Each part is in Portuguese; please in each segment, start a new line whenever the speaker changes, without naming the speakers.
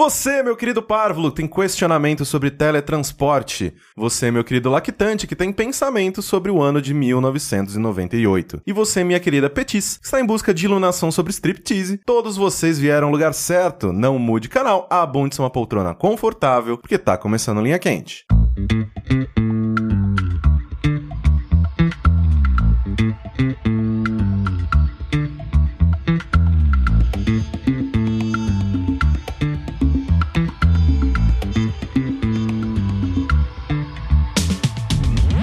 Você, meu querido párvulo, que tem questionamento sobre teletransporte. Você, meu querido lactante, que tem pensamento sobre o ano de 1998. E você, minha querida Petis, que está em busca de iluminação sobre striptease. Todos vocês vieram ao lugar certo. Não mude canal, abunde-se uma poltrona confortável, porque tá começando linha quente.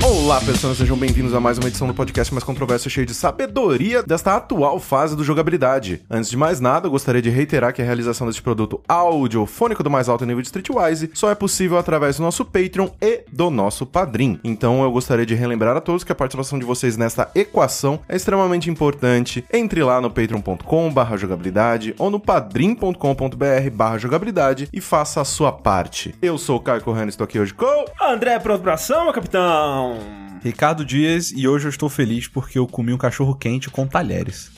Olá, pessoas, sejam bem-vindos a mais uma edição do podcast mais controverso cheio de sabedoria desta atual fase do jogabilidade. Antes de mais nada, eu gostaria de reiterar que a realização deste produto audiofônico do mais alto nível de Streetwise só é possível através do nosso Patreon e do nosso Padrim. Então eu gostaria de relembrar a todos que a participação de vocês nesta equação é extremamente importante. Entre lá no patreon.com barra jogabilidade ou no padrim.com.br barra jogabilidade e faça a sua parte. Eu sou o Caio Corrêa e estou aqui hoje com...
André, pronto pra ação, meu capitão?
Ricardo Dias e hoje eu estou feliz porque eu comi um cachorro quente com talheres.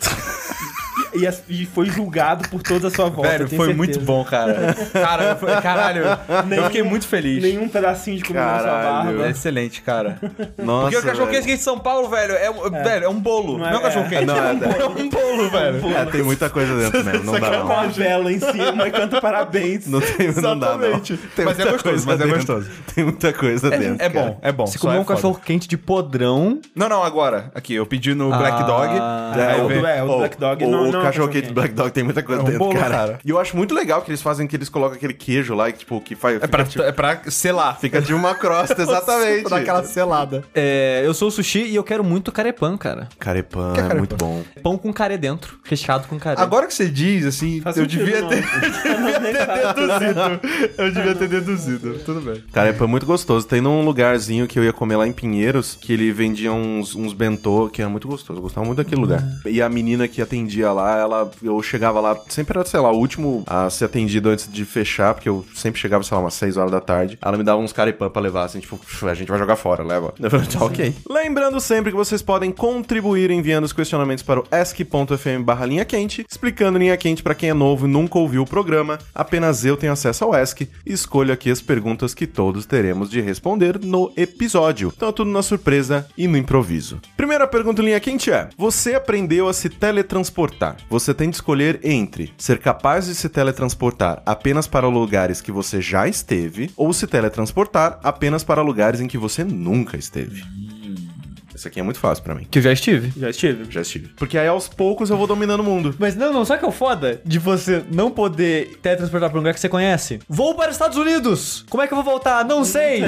E, as- e foi julgado por toda a sua volta.
Velho,
tenho
foi
certeza.
muito bom, cara. cara foi- caralho, eu
Nenhum-
fiquei muito feliz.
Nenhum pedacinho de comida na sua
Caralho.
É
barba.
excelente, cara.
Nossa,
porque o cachorro
velho.
quente aqui de São Paulo, velho, é, um- velho, é um bolo. Não é, um cachorro quente.
Não, é-
é um bolo, velho.
É, tem muita coisa dentro mesmo, não dá
Com
não.
a vela em cima e canta parabéns.
Não, tem, não dá não.
Exatamente.
Tem
Mas é
muita
gostoso,
coisa
mas é
dentro.
gostoso.
Tem muita coisa dentro.
É
cara.
bom, é bom.
Se
só
comer
é
um
foda.
cachorro quente de podrão.
Não, não, agora. Aqui, eu pedi no Black
Ah.
Dog.
É,
aí
o
vem-
do- é, o do
Ou-
Black Dog,
O
não- não é um
cachorro
cachorro
quente
quente.
do Black Dog tem muita coisa
É um
dentro,
bolo,
cara.
cara.
E eu acho muito legal que eles fazem que eles colocam aquele queijo lá, que, tipo, que faz.
É pra, é pra selar.
Fica de uma crosta, exatamente.
Pra dar aquela selada.
É, eu sou o sushi e eu quero muito carepan, cara.
Carepã,
é
é
carepã?
muito bom.
Pão com care dentro, recheado com care.
Agora que você diz, assim,
Faz um
eu
sentido,
devia
não.
ter
Não, nem tá-
deduzido. Eu devia ter deduzido. Tudo bem.
Carepã é muito gostoso. Tem num lugarzinho que eu ia comer lá em Pinheiros, que ele vendia uns, uns bentô, que era muito gostoso. Eu gostava muito daquele lugar. E a menina que atendia lá, ela eu chegava lá, sempre era, sei lá, o último a ser atendido antes de fechar, porque eu sempre chegava, sei lá, umas 6 horas da tarde. Ela me dava uns carepã pra levar, assim, tipo, "Pff, a gente vai jogar fora, leva. Eu falei, tá, ok. Lembrando sempre que vocês podem contribuir enviando os questionamentos para o ask.fm barra linha quente, explicando linha quente para quem é novo e nunca ouviu o programa. Apenas eu tenho acesso ao ask e escolho aqui as perguntas que todos teremos de responder no episódio. Então é tudo na surpresa e no improviso. Primeira pergunta linha quente é: você aprendeu a se teletransportar. Você tem de escolher entre ser capaz de se teletransportar apenas para lugares que você já esteve ou se teletransportar apenas para lugares em que você nunca esteve. Isso aqui é muito fácil pra mim.
Que eu já estive.
Já estive.
Já estive. Porque aí aos poucos eu vou dominando o mundo.
Mas não, não, sabe o que é o foda? De você não poder teletransportar pra um lugar que você conhece. Vou para os Estados Unidos! Como é que eu vou voltar? Não sei!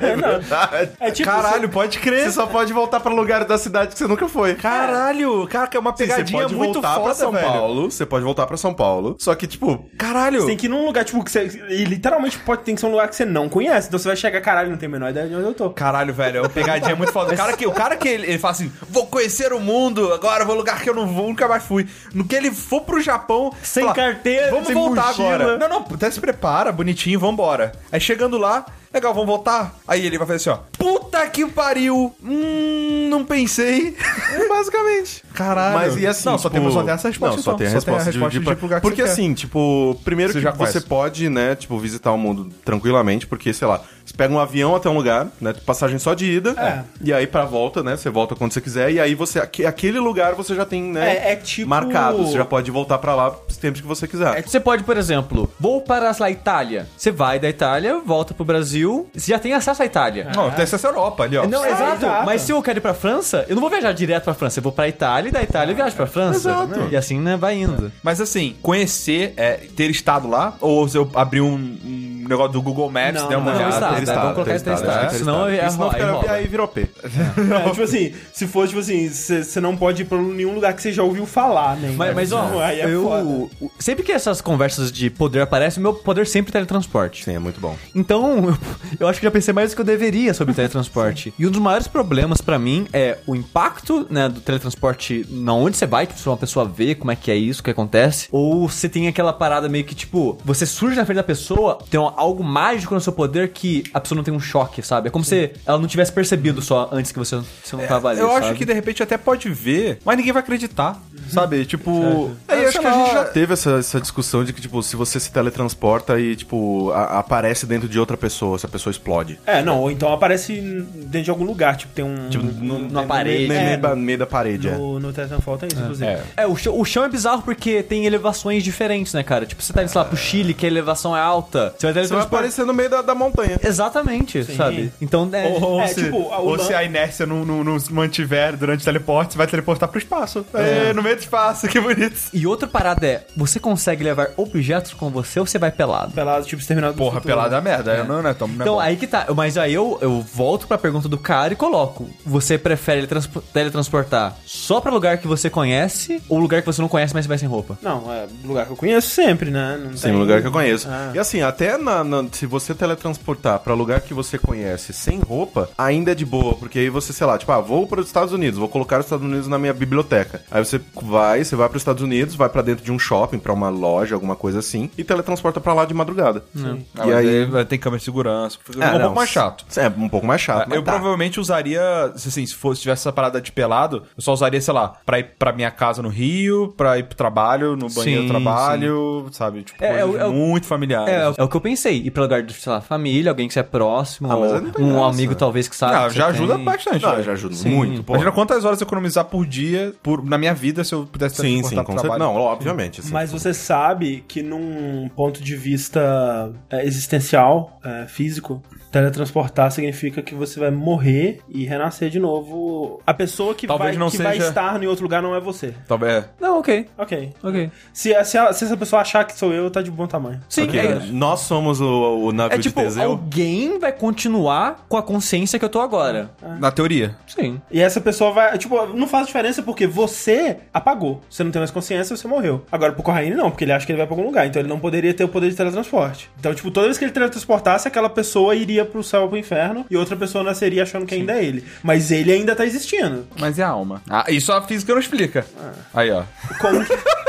É, não. É tipo,
Caralho, pode
Você
crer.
só pode voltar pra lugares da cidade que você nunca foi.
Caralho, cara, é uma
Sim,
pegadinha muito
voltar
foda,
pra São
velho.
Paulo. Você pode voltar pra São Paulo. Só que, tipo,
Caralho.
você tem que ir num lugar, tipo, que você. E literalmente pode, tem que ser um lugar que você não conhece. Então você vai chegar, caralho, não tem a menor ideia de onde eu tô.
Caralho, velho, é uma pegadinha muito foda. O cara que, o cara que ele, ele fala assim, vou conhecer o mundo, agora vou lugar que eu não vou, nunca mais fui. No que ele for pro Japão...
Sem
fala,
carteira,
Vamos
sem
voltar
mochila."
agora. Não, não, até se prepara, bonitinho, vambora. Aí chegando lá, legal, vamos voltar? Aí ele vai fazer assim, ó, puta que pariu, hum, não pensei. Basicamente. Caralho.
Mas e assim,
Ah, Não, só
tipo,
tem, só tem essa resposta
Não, só
então.
tem a resposta, de- de,
ir pro lugar que
Porque
você quer.
assim, tipo, primeiro
Você
que
já
você
conhece.
pode, né, tipo, visitar o mundo tranquilamente, porque, sei lá, você pega um avião até um lugar, né, passagem só de ida,
É.
e aí pra volta, né, você volta quando você quiser, e aí você, aque- aquele lugar você já tem, né,
É- é tipo-
marcado, você já pode voltar pra lá os tempos que você quiser.
é, Você pode, por exemplo, vou para a Itália. Você vai da Itália, volta pro Brasil, você já tem acesso à Itália.
é.
Não, tem essa Europa ali, ó.
Não,
Ah,
exato.
exato.
Mas se eu quero ir pra França, eu não vou viajar direto pra França. Eu vou pra Itália e da Itália eu viajo pra França.
Exato.
E assim, né, vai indo.
Mas assim, conhecer, é, ter estado lá, ou se eu abrir um, um negócio do Google Maps,
Não,
der uma
Não,
olhada.
está,
ter
tá,
estado,
vamos colocar
ter
isso na
estado,
história.
ter
Senão é
Senão
aí
fica,
rola.
aí virou P.
É, tipo assim, se for, tipo assim, você você não pode ir pra nenhum lugar que você já ouviu falar, né?
Mas, mas ó,
Aí é foda.
eu. Sempre que essas conversas de poder aparecem, meu poder sempre é teletransporte.
Sim, é muito bom.
Então, eu, eu acho que já pensei mais do que eu deveria sobre teletransporte. E um dos maiores problemas pra mim é o impacto, né, do teletransporte na onde você vai, tipo, se uma pessoa vê como é que é isso, o que acontece. Ou você tem aquela parada meio que, tipo, você surge na frente da pessoa, tem um- algo mágico no seu poder que a pessoa não tem um choque, sabe? É como se ela não tivesse percebido só antes que você, você não tava ali,
Eu
sabe?
acho que de repente até pode ver, mas ninguém vai acreditar.
Uhum.
Sabe? Tipo.
Aí,
eu
é, acho que a gente já teve essa, essa discussão de que, tipo, se você se teletransporta e, tipo, a- aparece dentro de outra pessoa, essa pessoa explode.
É, não, ou então aparece dentro de algum lugar, tipo, tem um.
Tipo,
no,
numa parede.
No
É,
meio, da, meio da parede, é.
no, no Titanfall tem isso, inclusive.
É.
É, o chão, o chão é bizarro porque tem elevações diferentes, né, cara? Tipo, você tá indo, sei lá, pro Chile, que a elevação é alta. Você vai
Você vai
teletransportar.
aparecer no meio da, da montanha.
Exatamente, sabe? Então, é.
Ou, ou
É,
se,
tipo, a- o
ou
lan-
se a inércia não, não, não se mantiver durante o teleporte, você vai teleportar pro espaço. É. no meio do espaço, que bonito.
E outra parada é, você consegue levar objetos com você ou você vai pelado?
Tá,
Pelado, tipo, exterminado do
Porra,
futuro.
pelada é merda. É. Não, não é tão. não é
Então,
bom.
aí que tá. Mas aí eu, eu volto pra pergunta do cara e coloco. Você prefere transpo- teletransportar só pra lugar que você conhece ou lugar que você não conhece, mas você vai sem roupa?
Não, é lugar que eu conheço sempre, né? Não
Sim,
tem-
um lugar que eu conheço.
Ah.
E assim, até na- na- se você teletransportar pra lugar que você conhece sem roupa, ainda é de boa, porque aí você, sei lá, tipo, ah, vou para os Estados Unidos, vou colocar os Estados Unidos na minha biblioteca. Aí você vai, você vai para os Estados Unidos, vai pra dentro de um shopping, pra uma loja, alguma coisa assim, e teletransporta pra lá de madrugada.
Ah,
E
mas
aí
aí vai ter câmera de segurança. Fica
É,
um
não,
pouco mais chato.
É, um pouco mais chato.
Ah,
mas
eu
tá.
provavelmente usaria, se, assim, se fosse, tivesse essa parada de pelado, eu só usaria, sei lá, pra ir pra minha casa no Rio, pra ir pro trabalho, no banheiro
Sim,
do trabalho, sabe? Tipo,
É,
coisas
é o- é o-
muito
Ah,
familiares.
É, é o que eu pensei. Ir pra lugar de, sei lá, família, alguém que você é próximo,
Ah, mas
ou
aí não tem
um
graça.
amigo talvez que sabe.
Ah,
que
já
você
ajuda
tem.
bastante.
Não,
né?
já ajuda
Sim.
muito, pô.
Imagina quantas horas eu economizar por dia por, na minha vida se eu pudesse
Sim,
transportar
sim,
pro
com certeza.
trabalho.
Não, obviamente. assim.
Mas você sabe que num ponto de vista é, existencial, é, físico, teletransportar significa que você vai morrer e renascer de novo. A pessoa que,
Talvez
vai,
não
que vai
seja-
estar em outro lugar não é você.
Talvez. é.
Não, ok,
Ok.
ok.
Se, se, ela- se essa pessoa achar que sou eu, tá de bom tamanho.
Sim,
Ok,
é,
Nós somos o, o navio
é tipo,
de Teseu.
um
alguém vai continuar com a consciência que eu tô agora.
É.
Na teoria.
Sim.
E essa pessoa vai. Tipo, não faz diferença porque você apagou. Você não tem mais consciência, você morreu. Agora, pro Corraine, não, porque ele acha que ele vai pra algum lugar. Então ele não poderia ter o poder de teletransporte. Então, tipo, toda vez que ele teletransportasse, aquela pessoa iria pro céu ou pro inferno e outra pessoa nasceria achando que ainda é ele. Mas ele ainda tá existindo.
Mas e a alma? Ah, isso a física não explica.
É.
Aí, ó.
Como que-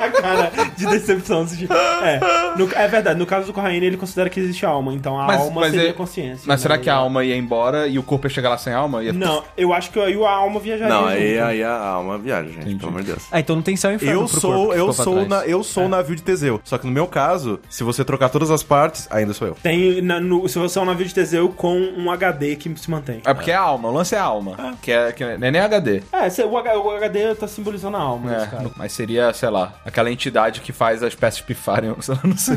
A cara de decepção. assim, tipo, É, No- é verdade, no caso do Corraine, ele considera que existe alma. Então a
Mas-
alma
mas
seria
é-
consciência.
Mas será
né?
que a alma é ia embora e o corpo ia chegar lá sem alma? Ia...
Não, eu acho que aí a alma viajaria.
Não, aí,
é
junto.
aí a alma viaja, gente,
Entendi.
pelo amor de Deus.
Ah, então não tem céu e inferno
Eu
pro
sou,
corpo que
eu
ficou pra
sou,
trás.
na, eu sou o navio de Teseu. Só que no meu caso, se você trocar todas as partes, ainda sou eu.
Tem na- no, se você é um navio de Teseu com um HD que se mantém.
É porque é a alma, o lance é a alma. Que, é, que não é nem HD.
É, cê- o, H- o HD tá simbolizando a alma.
É,
nesse caso.
mas seria, sei lá, aquela entidade que faz as peças pifarem, sei lá, não sei.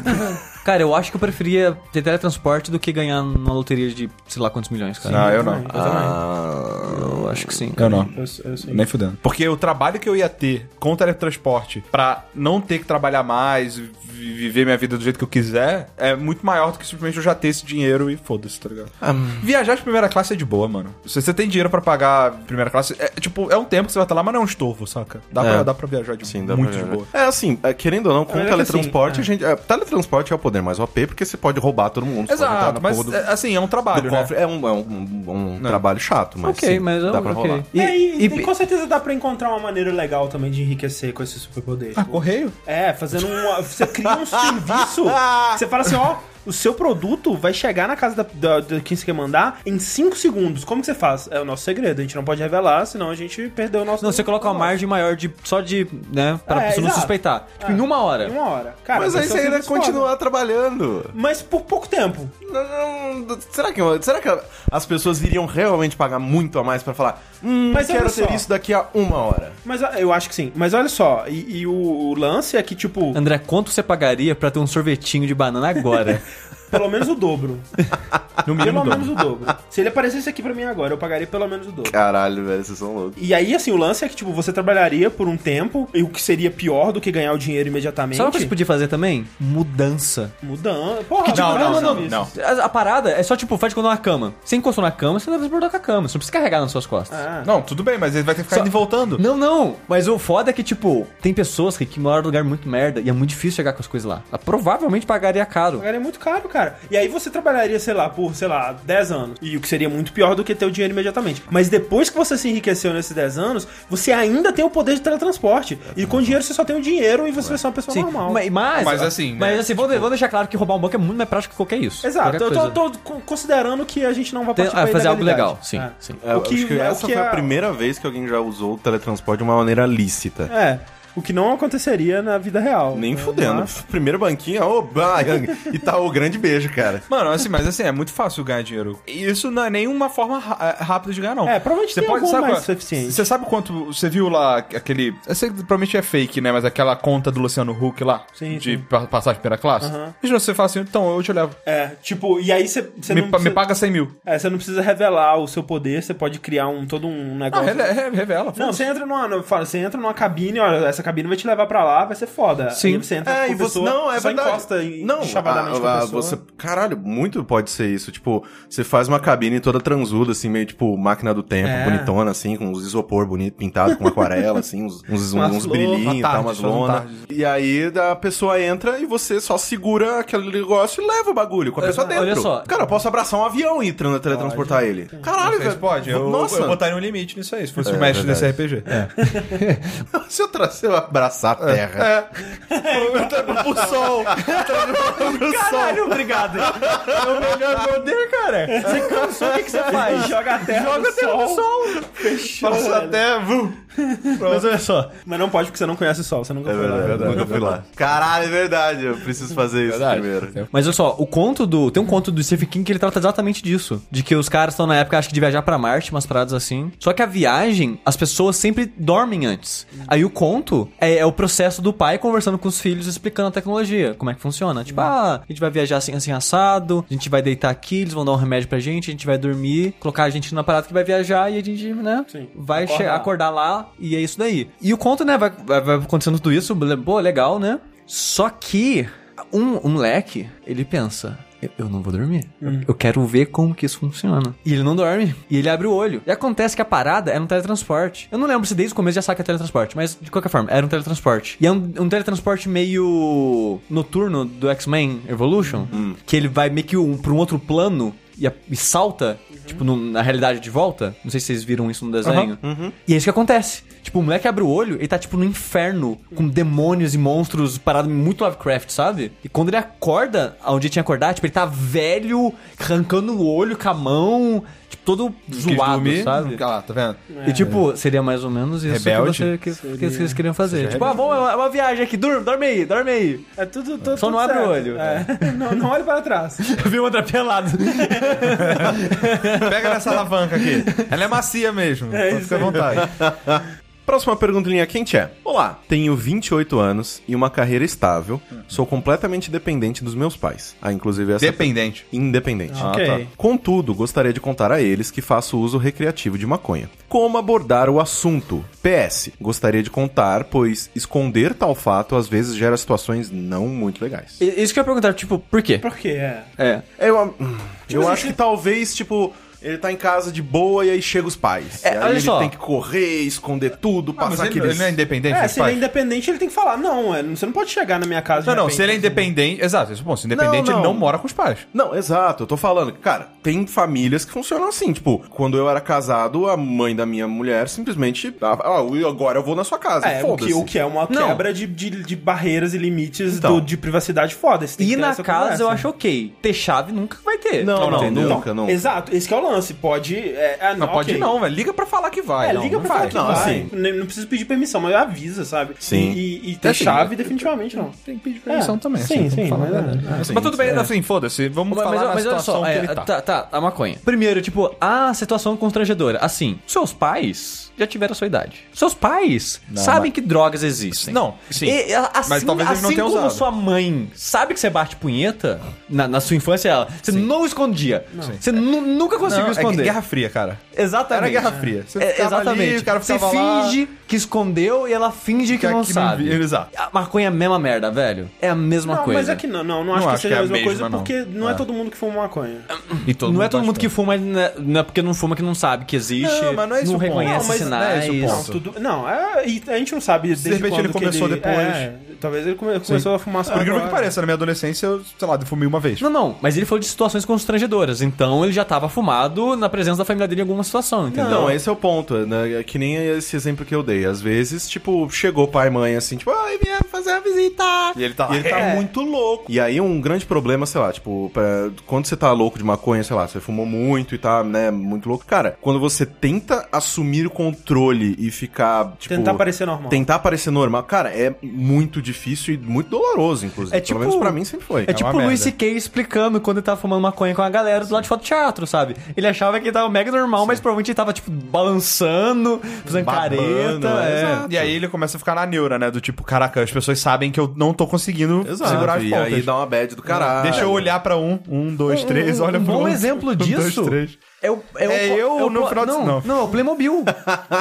Cara, eu acho que eu preferia ter teletransporte do que ganhar na loteria de sei lá quantos milhões, cara.
eu
também, Eu também.
Eu acho que sim.
Eu não.
Eu, eu sei.
Nem fudendo. Porque o trabalho que eu ia ter com o teletransporte pra não ter que trabalhar mais, vi- viver minha vida do jeito que eu quiser, é muito maior do que simplesmente eu já ter esse dinheiro e foda-se, tá ligado?
Ah, hum.
Viajar de primeira classe é de boa, mano. Se você tem dinheiro pra pagar primeira classe, é tipo, é um tempo que você vai estar lá, mas não é um estorvo, saca? Dá,
É.
pra, dá pra viajar de
Sim, dá
muito
pra
de
viajar.
boa.
É assim, é, querendo ou não, com
Mas é que
teletransporte,
assim,
a gente. é, teletransporte é o poder mais OP, porque você pode roubar todo mundo. você pode entrar
Exato,
na
mas
tá porra do-
é, assim, é um trabalho,
do
né?
cofre. É um, é um- um- um trabalho chato, mas.
ok,
sim,
mas
dá pra
ok.
rolar.
E,
É, e,
e-
e com certeza dá pra encontrar uma maneira legal também de enriquecer com esse superpoder.
Ah, correio?
É, fazendo um. Você cria um serviço. Você fala assim, ó. O seu produto vai chegar na casa da, da, da quem você quer mandar em 5 segundos. Como que você faz? É o nosso segredo. A gente não pode revelar, senão a gente perdeu o nosso.
Não, você coloca uma
nosso.
margem maior de só de, né, pra
É,
pessoa não
exato.
suspeitar. Tipo,
É.
em uma hora.
Em uma hora. Cara,
Mas
vai
aí
ser um
você ainda
serviço foda.
continuar trabalhando.
Mas por pouco tempo.
Não, não, Será que, será que as pessoas iriam realmente pagar muito a mais pra falar? Hum,
Mas
quero
olha
ter
só.
isso daqui a uma hora.
Mas ó, eu acho que sim. Mas olha só, e, e o, o lance é que, tipo,
André, quanto você pagaria pra ter um sorvetinho de banana agora?
pelo menos o dobro.
No
pelo
mínimo. dobro.
menos o dobro. Se ele aparecesse aqui pra mim agora, eu pagaria pelo menos o dobro.
Caralho, velho, vocês são loucos.
E aí, assim, o lance é que, tipo, você trabalharia por um tempo, e o que seria pior do que ganhar o dinheiro imediatamente.
Sabe o que você podia fazer também? Mudança.
Mudando. Porra,
Não,
mudando
não, não,
isso.
não.
A, a parada é só, tipo, faz de quando uma cama. Você encostou na cama, você deve desbordar com a cama. Você não precisa carregar nas suas costas.
Ah.
Não, tudo bem, mas ele vai ter que ficar
Só-
indo e voltando.
Não, não. Mas o foda é que, tipo, tem pessoas que, que moram num lugar muito merda e é muito difícil chegar com as coisas lá. Ela Ah, provavelmente pagaria caro.
Pagaria muito caro, cara. E aí você trabalharia, sei lá, por por, sei lá, 10 anos. E o que seria muito pior do que ter o dinheiro imediatamente. Mas depois que você se enriqueceu nesses 10 anos, você ainda tem o poder de teletransporte. E com dinheiro você só tem o dinheiro e você vai ser uma pessoa tá
Sim,
normal.
ma- Mas,
Mas assim,
Mas
né,
assim, vou, vou deixar claro que roubar um banco é muito mais prático que qualquer isso.
Exato,
Qualquer
eu tô,
coisa.
tô co- considerando que a gente não vai
Tem-
partir
ah,
pra
fazer algo
ilegalidade.
legal, sim,
É.
sim.
É,
O que-
acho que
o
essa
que
foi a
é-
primeira vez que alguém já usou o teletransporte de uma maneira lícita.
É, o que não aconteceria na vida real.
Nem
né?
fudendo.
Mas-
Primeiro banquinho, ô, e tá o grande beijo, cara.
Mano, assim, mas assim, é muito fácil ganhar dinheiro. E isso não é nenhuma forma ra- rápida de ganhar, não.
É, provavelmente tem alguma mais
qual- é?
eficiente.
Você sabe quanto. Você viu lá aquele. Eu sei que provavelmente é fake, né? Mas aquela conta do Luciano Huck lá.
Sim,
De
sim.
pa- passagem pela classe.
Aham.
E você fala assim, então eu te levo.
É, tipo, e aí você você
Me,
não
pa- me
precisa-
paga 100 mil.
É, você não precisa revelar o seu poder, você pode criar um todo um
Ah,
negócio.
rele- re- revela.
Não,
foda-se.
você entra numa, não, fala, você entra numa cabine, olha, essa cabine vai te levar pra lá, vai ser foda.
Sim.
Aí você entra
É,
com a pessoa, só encosta em,
não,
chavadamente com a
a- a-
pessoa.
você, caralho, muito pode ser isso. Tipo, você faz uma cabine toda transuda, assim, meio tipo máquina do tempo,
É.
bonitona, assim, com uns isopor bonito, pintado com aquarela, assim, uns, uns,
Umas
uns
lo-
brilhinhos,
uma
e
tarde,
tal, umas
faz uma
lona.
tarde.
E aí a pessoa entra e você só segura aquele negócio e leva o bagulho com a pessoa
olha
dentro.
só.
Cara, eu posso abraçar um avião e tra- teletransportar ele. Caralho,
Vocês
velho.
pode? Eu,
Nossa.
eu botaria um limite nisso aí, se fosse
É,
o mestre
verdade.
desse RPG. É.
Se eu, tra- se eu abraçar
É.
a terra.
pro sol.
Caralho, obrigado.
É o melhor poder, cara.
Você cansou, o que, que você faz?
joga a terra no sol. Fechou, velho.
até.
Mas olha só.
Mas não pode porque você não conhece o sol, você nunca
É
foi lá.
verdade, nunca fui lá. Caralho, é verdade. Eu preciso fazer isso primeiro.
Mas olha só, o conto do. Tem um conto do Stephen King que ele trata exatamente disso. De que os caras estão na época, acho que de viajar pra Marte, umas paradas assim. Só que a viagem, as pessoas sempre dormem antes. Aí o conto é, é o processo do pai conversando com os filhos, explicando a tecnologia, como é que funciona. Tipo, ah, a gente vai viajar assim, assim, assado, a gente vai deitar aqui, eles vão dar um remédio pra gente, a gente vai dormir, colocar a gente na parada que vai viajar e a gente, né?
Sim.
Vai
Acordar.
che- acordar acordar lá e é isso daí. E o conto, né, vai, vai- vai acontecendo tudo isso, le- pô, legal, né? Só que um, um moleque, ele pensa. "Eu- Eu não vou dormir.
Hum.
Eu- Eu quero ver como que isso funciona. E ele não dorme. E ele abre o olho. E acontece que a parada era um teletransporte. Eu não lembro se desde o começo já sabe que é teletransporte, mas de qualquer forma, era um teletransporte. E é um, um teletransporte meio noturno do X-Men Evolution, que ele vai meio que um, pra um outro plano e, a- e salta, tipo, no- na realidade de volta. Não sei se vocês viram isso no desenho. E é isso que acontece. Tipo, o moleque abre o olho, ele tá, tipo, no inferno, com demônios e monstros, parado muito Lovecraft, sabe? E quando ele acorda, onde ele tinha acordado, tipo, ele tá velho, arrancando o olho com a mão, tipo, todo zoado, sabe?
Ah, tá vendo?
E, tipo, seria mais ou menos isso
Rebelde?
que, você, que, que eles queriam fazer.
Seria
Tipo, ah, vamos, é uma- é uma viagem aqui, dorme, dorme aí, dorme aí.
É tudo, tudo
Só não
tudo
abre o
certo.
olho. né?
É. não, não olhe para trás.
Eu vi um atrapalhado.
Pega nessa alavanca aqui. Ela é macia mesmo. É
isso
fica à
aí.
vontade.
Próxima pergunta em linha quente é: Olá, Hum. tenho 28 anos e uma carreira estável. Sou completamente dependente dos meus pais. Ah, inclusive essa. é
Dependente.
Independente.
Ah, Ok. tá.
Contudo, gostaria de contar a eles que faço uso recreativo de maconha. Como abordar o assunto? PS. Gostaria de contar, pois esconder tal fato às vezes gera situações não muito legais.
E- Isso que eu ia perguntar, tipo, por quê?
Por quê? É.
É.
Eu,
Tipo assim,
eu acho que talvez, tipo, ele tá em casa de boa e aí chega os pais. E
É,
aí
olha
ele
só.
tem que correr, esconder tudo,
Ah, mas
passar
ele,
aqueles...
ele não é independente?
É,
dos
se ele é
pais?
independente, ele tem que falar. Não, é, você não pode chegar na minha casa.
Não,
de
não, se ele é
repente,
independente. Exato, isso é bom. Se independente,
Não,
ele não
não.
mora com os pais.
Não, exato, eu tô falando. que, Cara, tem famílias que funcionam assim. Tipo, quando eu era casado, a mãe da minha mulher simplesmente. Ah, ah, agora eu vou na sua casa.
É, o
foda-se.
que, o que é uma
Não.
quebra de, de, de barreiras e limites
Então.
do- de privacidade foda. Você tem que
E
ter
na
essa
casa
conversa.
eu acho ok. Ter chave nunca vai ter.
Não, não,
Entendeu?
nunca, não.
Exato, esse que é o lance. Pode. É, ah, não,
Não, pode
ok.
não, velho. Liga pra falar que vai.
É,
não,
liga
não
pra falar
vai.
que
Não,
vai.
assim-
Nem- Não precisa pedir permissão, mas avisa, sabe?
Sim. Então,
E, e ter
Assim,
chave, definitivamente não.
Tem que pedir
permissão também, assim, vamos falar a verdade.
Mas tudo bem, assim, foda-se. Vamos
Mas,
falar
mas-
na
mas olha
situação
só,
que
é,
ele tá.
tá, tá, a maconha. Primeiro, tipo, a situação constrangedora. Assim, seus pais já tiveram a sua idade. Seus pais sabem que drogas existem.
Não, sim.
E, a- assim,
Mas talvez eles não
assim
tenham
como
usado.
sua mãe sabe que você bate punheta, na, na sua infância, ela, você não escondia. Você nu- nunca conseguiu
Não, é
esconder.
Guerra Fria, cara.
Exatamente.
Era Guerra Fria. Você
É,
ficava
exatamente.
ali, o cara
você
ficava lá.
finge que que escondeu e ela finge que,
Que
não
aqui não
sabe.
vi- exato.
A maconha é a mesma merda, velho. É a mesma
Não,
coisa.
mas é que não, não, não acho
Não
que
acho
seja
que é
a
a
mesma,
mesma,
coisa,
não.
porque não é. todo mundo que fuma maconha.
E todo
não é todo
acha
mundo que
é.
fuma, né, não é porque não fuma que não sabe que existe.
Não, mas não é esse o ponto.
reconhece
Não, mas não é
sinais.
esse o ponto.
Não, tudo, não é, e a gente não sabe desde
repente
quando
ele
que
começou depois.
É, talvez ele come- começou a fumar só
Por incrível que
agora.
pareça, na minha adolescência, eu, sei lá, defumei uma vez.
Não, não, mas ele falou de situações constrangedoras, então ele já tava fumado na presença da família dele em alguma situação, entendeu?
Não, esse é o ponto. Né? É Que nem esse exemplo que eu dei. Às vezes, tipo, chegou pai e mãe assim, tipo, ai, vem fazer a visita.
E ele tá lá,
E ele tá
"É".
muito louco. E aí, um grande problema, sei lá, tipo, pra- quando você tá louco de maconha, sei lá, você fumou muito e tá, né, muito louco. Cara, quando você tenta assumir o controle e ficar, tipo.
Tentar parecer normal.
Tentar parecer normal, cara, é muito difícil e muito doloroso, inclusive.
É
Pelo
tipo-
menos pra mim sempre foi.
É, tipo
uma
o Luis
merda.
C.K. explicando quando ele tava fumando maconha com a galera do lado de foto teatro, sabe? Ele achava que ele tava mega normal, mas provavelmente ele tava, tipo, balançando, fazendo
Babando,
careta.
é,
é.
exato.
E aí ele começa a ficar na neura, né? Do tipo, caraca, as pessoas sabem que eu não tô conseguindo
Exato.
segurar as
e
pontas.
aí dá uma bad do caralho.
Deixa eu olhar pra um, um, dois, três, olha
um
pro
bom
outro.
exemplo
Um,
disso
dois, três.
É, o, o-
É eu
o-
no final de-
não,
não.
não, é o Playmobil.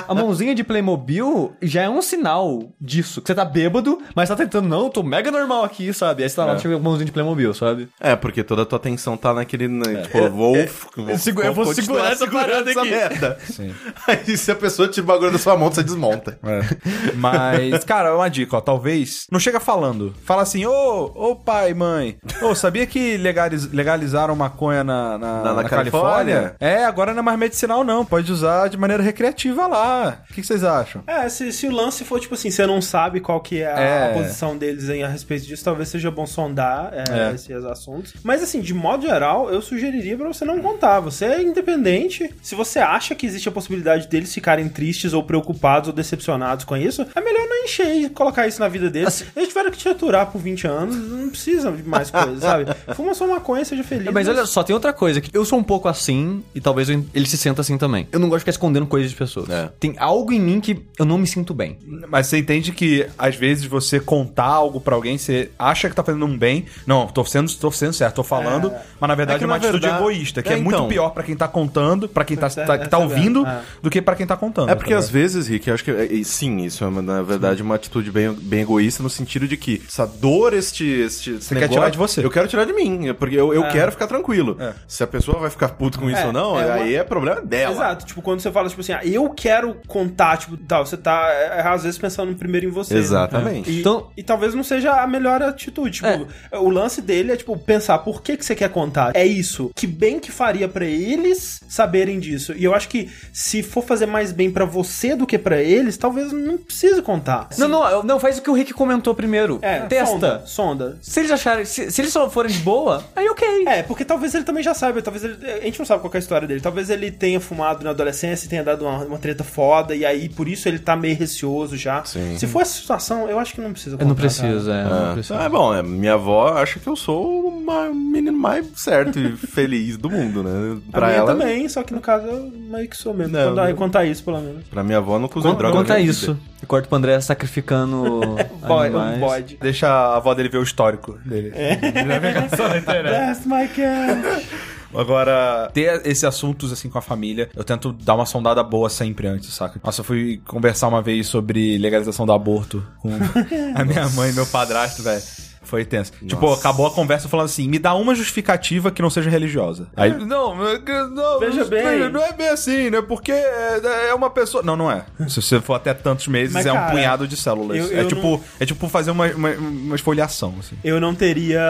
A mãozinha de Playmobil já é um sinal disso. Que você tá bêbado, mas tá tentando, não, eu tô mega normal aqui, sabe? Aí você tá lá, chega a mãozinha de Playmobil, sabe?
É, porque toda a tua atenção tá naquele. Né, tipo, eu vou, vou-
Segu- É. eu vou
continuar
segurar essa
segurando
parada aqui.
merda. Aí se a pessoa tira o bagulho da sua mão, você desmonta.
É. Mas, cara, uma dica, ó. Talvez. Não chega falando. Fala assim, ô, ô pai, mãe. Ô, sabia que legaliz- legalizaram maconha na, na,
Na- na
na Califórnia?
Califórnia?
É, agora não é mais medicinal, não. Pode usar de maneira recreativa lá. O que, que vocês acham?
É, se, se o lance for tipo assim, você não sabe qual que é a,
É.
a posição deles em, a respeito disso, talvez seja bom sondar é,
É.
esses assuntos. Mas assim, de modo geral, eu sugeriria pra você não contar. Você é independente. Se você acha que existe a possibilidade deles ficarem tristes ou preocupados ou decepcionados com isso, é melhor não encher e colocar isso na vida deles. Eles tiveram que te aturar por 20 anos, não precisa de mais coisa, sabe? Fuma só maconha, seja feliz.
É, mas olha só, tem outra coisa. que Eu sou um pouco assim e talvez eu en- ele se sinta assim também. Eu não gosto de ficar escondendo coisas de pessoas.
É.
Tem algo em mim que eu não me sinto bem.
Mas você entende que, às vezes, você contar algo pra alguém, você acha que tá fazendo um bem. Não, tô sendo, tô sendo certo, tô falando. Mas, na verdade,
É que,
é, uma
na
atitude
verdade-
egoísta, que é,
É, então.
muito pior pra quem tá contando, pra quem tá,
Essa-
tá- que
essa
tá
é a
ouvindo,
verdade,
do que pra quem tá contando.
É porque
tá
às
ligado?
vezes, Rick, eu acho que é, e sim, isso é uma- na verdade uma atitude bem, bem egoísta no sentido de que essa dor, este, este você
quer tirar de você.
Eu quero tirar de mim, é porque eu, eu quero ficar tranquilo.
É.
Se a pessoa vai ficar puto com isso
É,
ou não,
é uma-
aí é problema dela.
Exato, tipo, quando você fala, tipo assim, ah, eu quero contar, tipo, tal, você tá, é, às vezes, pensando primeiro em você. né?
Exatamente.
E,
Então-
e talvez não seja a melhor atitude. Tipo, o lance dele é, tipo, pensar por que, que você quer contar. É isso. Que bem que faria pra eles saberem disso. E eu acho que se for fazer mais bem pra você do que pra eles, talvez não precise contar.
Não, não, eu- não, faz o que o Rick comentou primeiro.
É,
Testa.
Sonda, sonda.
Se eles acharem. Se, se eles só forem de boa, aí ok.
É, porque talvez ele também já saiba, talvez ele. A gente não sabe qual que é a história dele. Talvez ele tenha fumado na adolescência e tenha dado uma, uma treta foda, e aí por isso ele tá meio receoso já.
Sim.
Se for essa situação, eu acho que não precisa
Eu não
contar, tá?
preciso, é. eu Não
Ah,
preciso.
é bom, é, minha avó acha que eu sou o ma- menino mais certo e feliz do mundo, né?
cara. A
Pra
minha
ela.
também, só que no caso eu meio que sou mesmo.
Não,
quando, aí
eu-
contar isso, pelo menos.
Pra minha avó, nunca usei
Con-
droga.
Conta
na minha
isso.
vida.
Eu corto pro André sacrificando.
Boy,
animais.
um bode.
Deixa a avó dele ver o histórico dele. Ele vai ver só na internet.
That's my cat.
Agora, ter esses assuntos assim com a família, eu tento dar uma sondada boa sempre antes, saca? Nossa, eu fui conversar uma vez sobre legalização do aborto com a minha mãe e meu padrasto, velho. Foi tenso. Tipo, acabou a conversa falando assim: me dá uma justificativa que não seja religiosa. Aí. É. Não, não,
Veja bem.
não é bem assim, né? Porque é, é uma pessoa. Não, não é. Se você for até tantos meses,
Mas,
é um
cara,
punhado de células.
eu-
é,
eu
tipo, é tipo fazer uma, uma, uma esfoliação, assim.
Eu não teria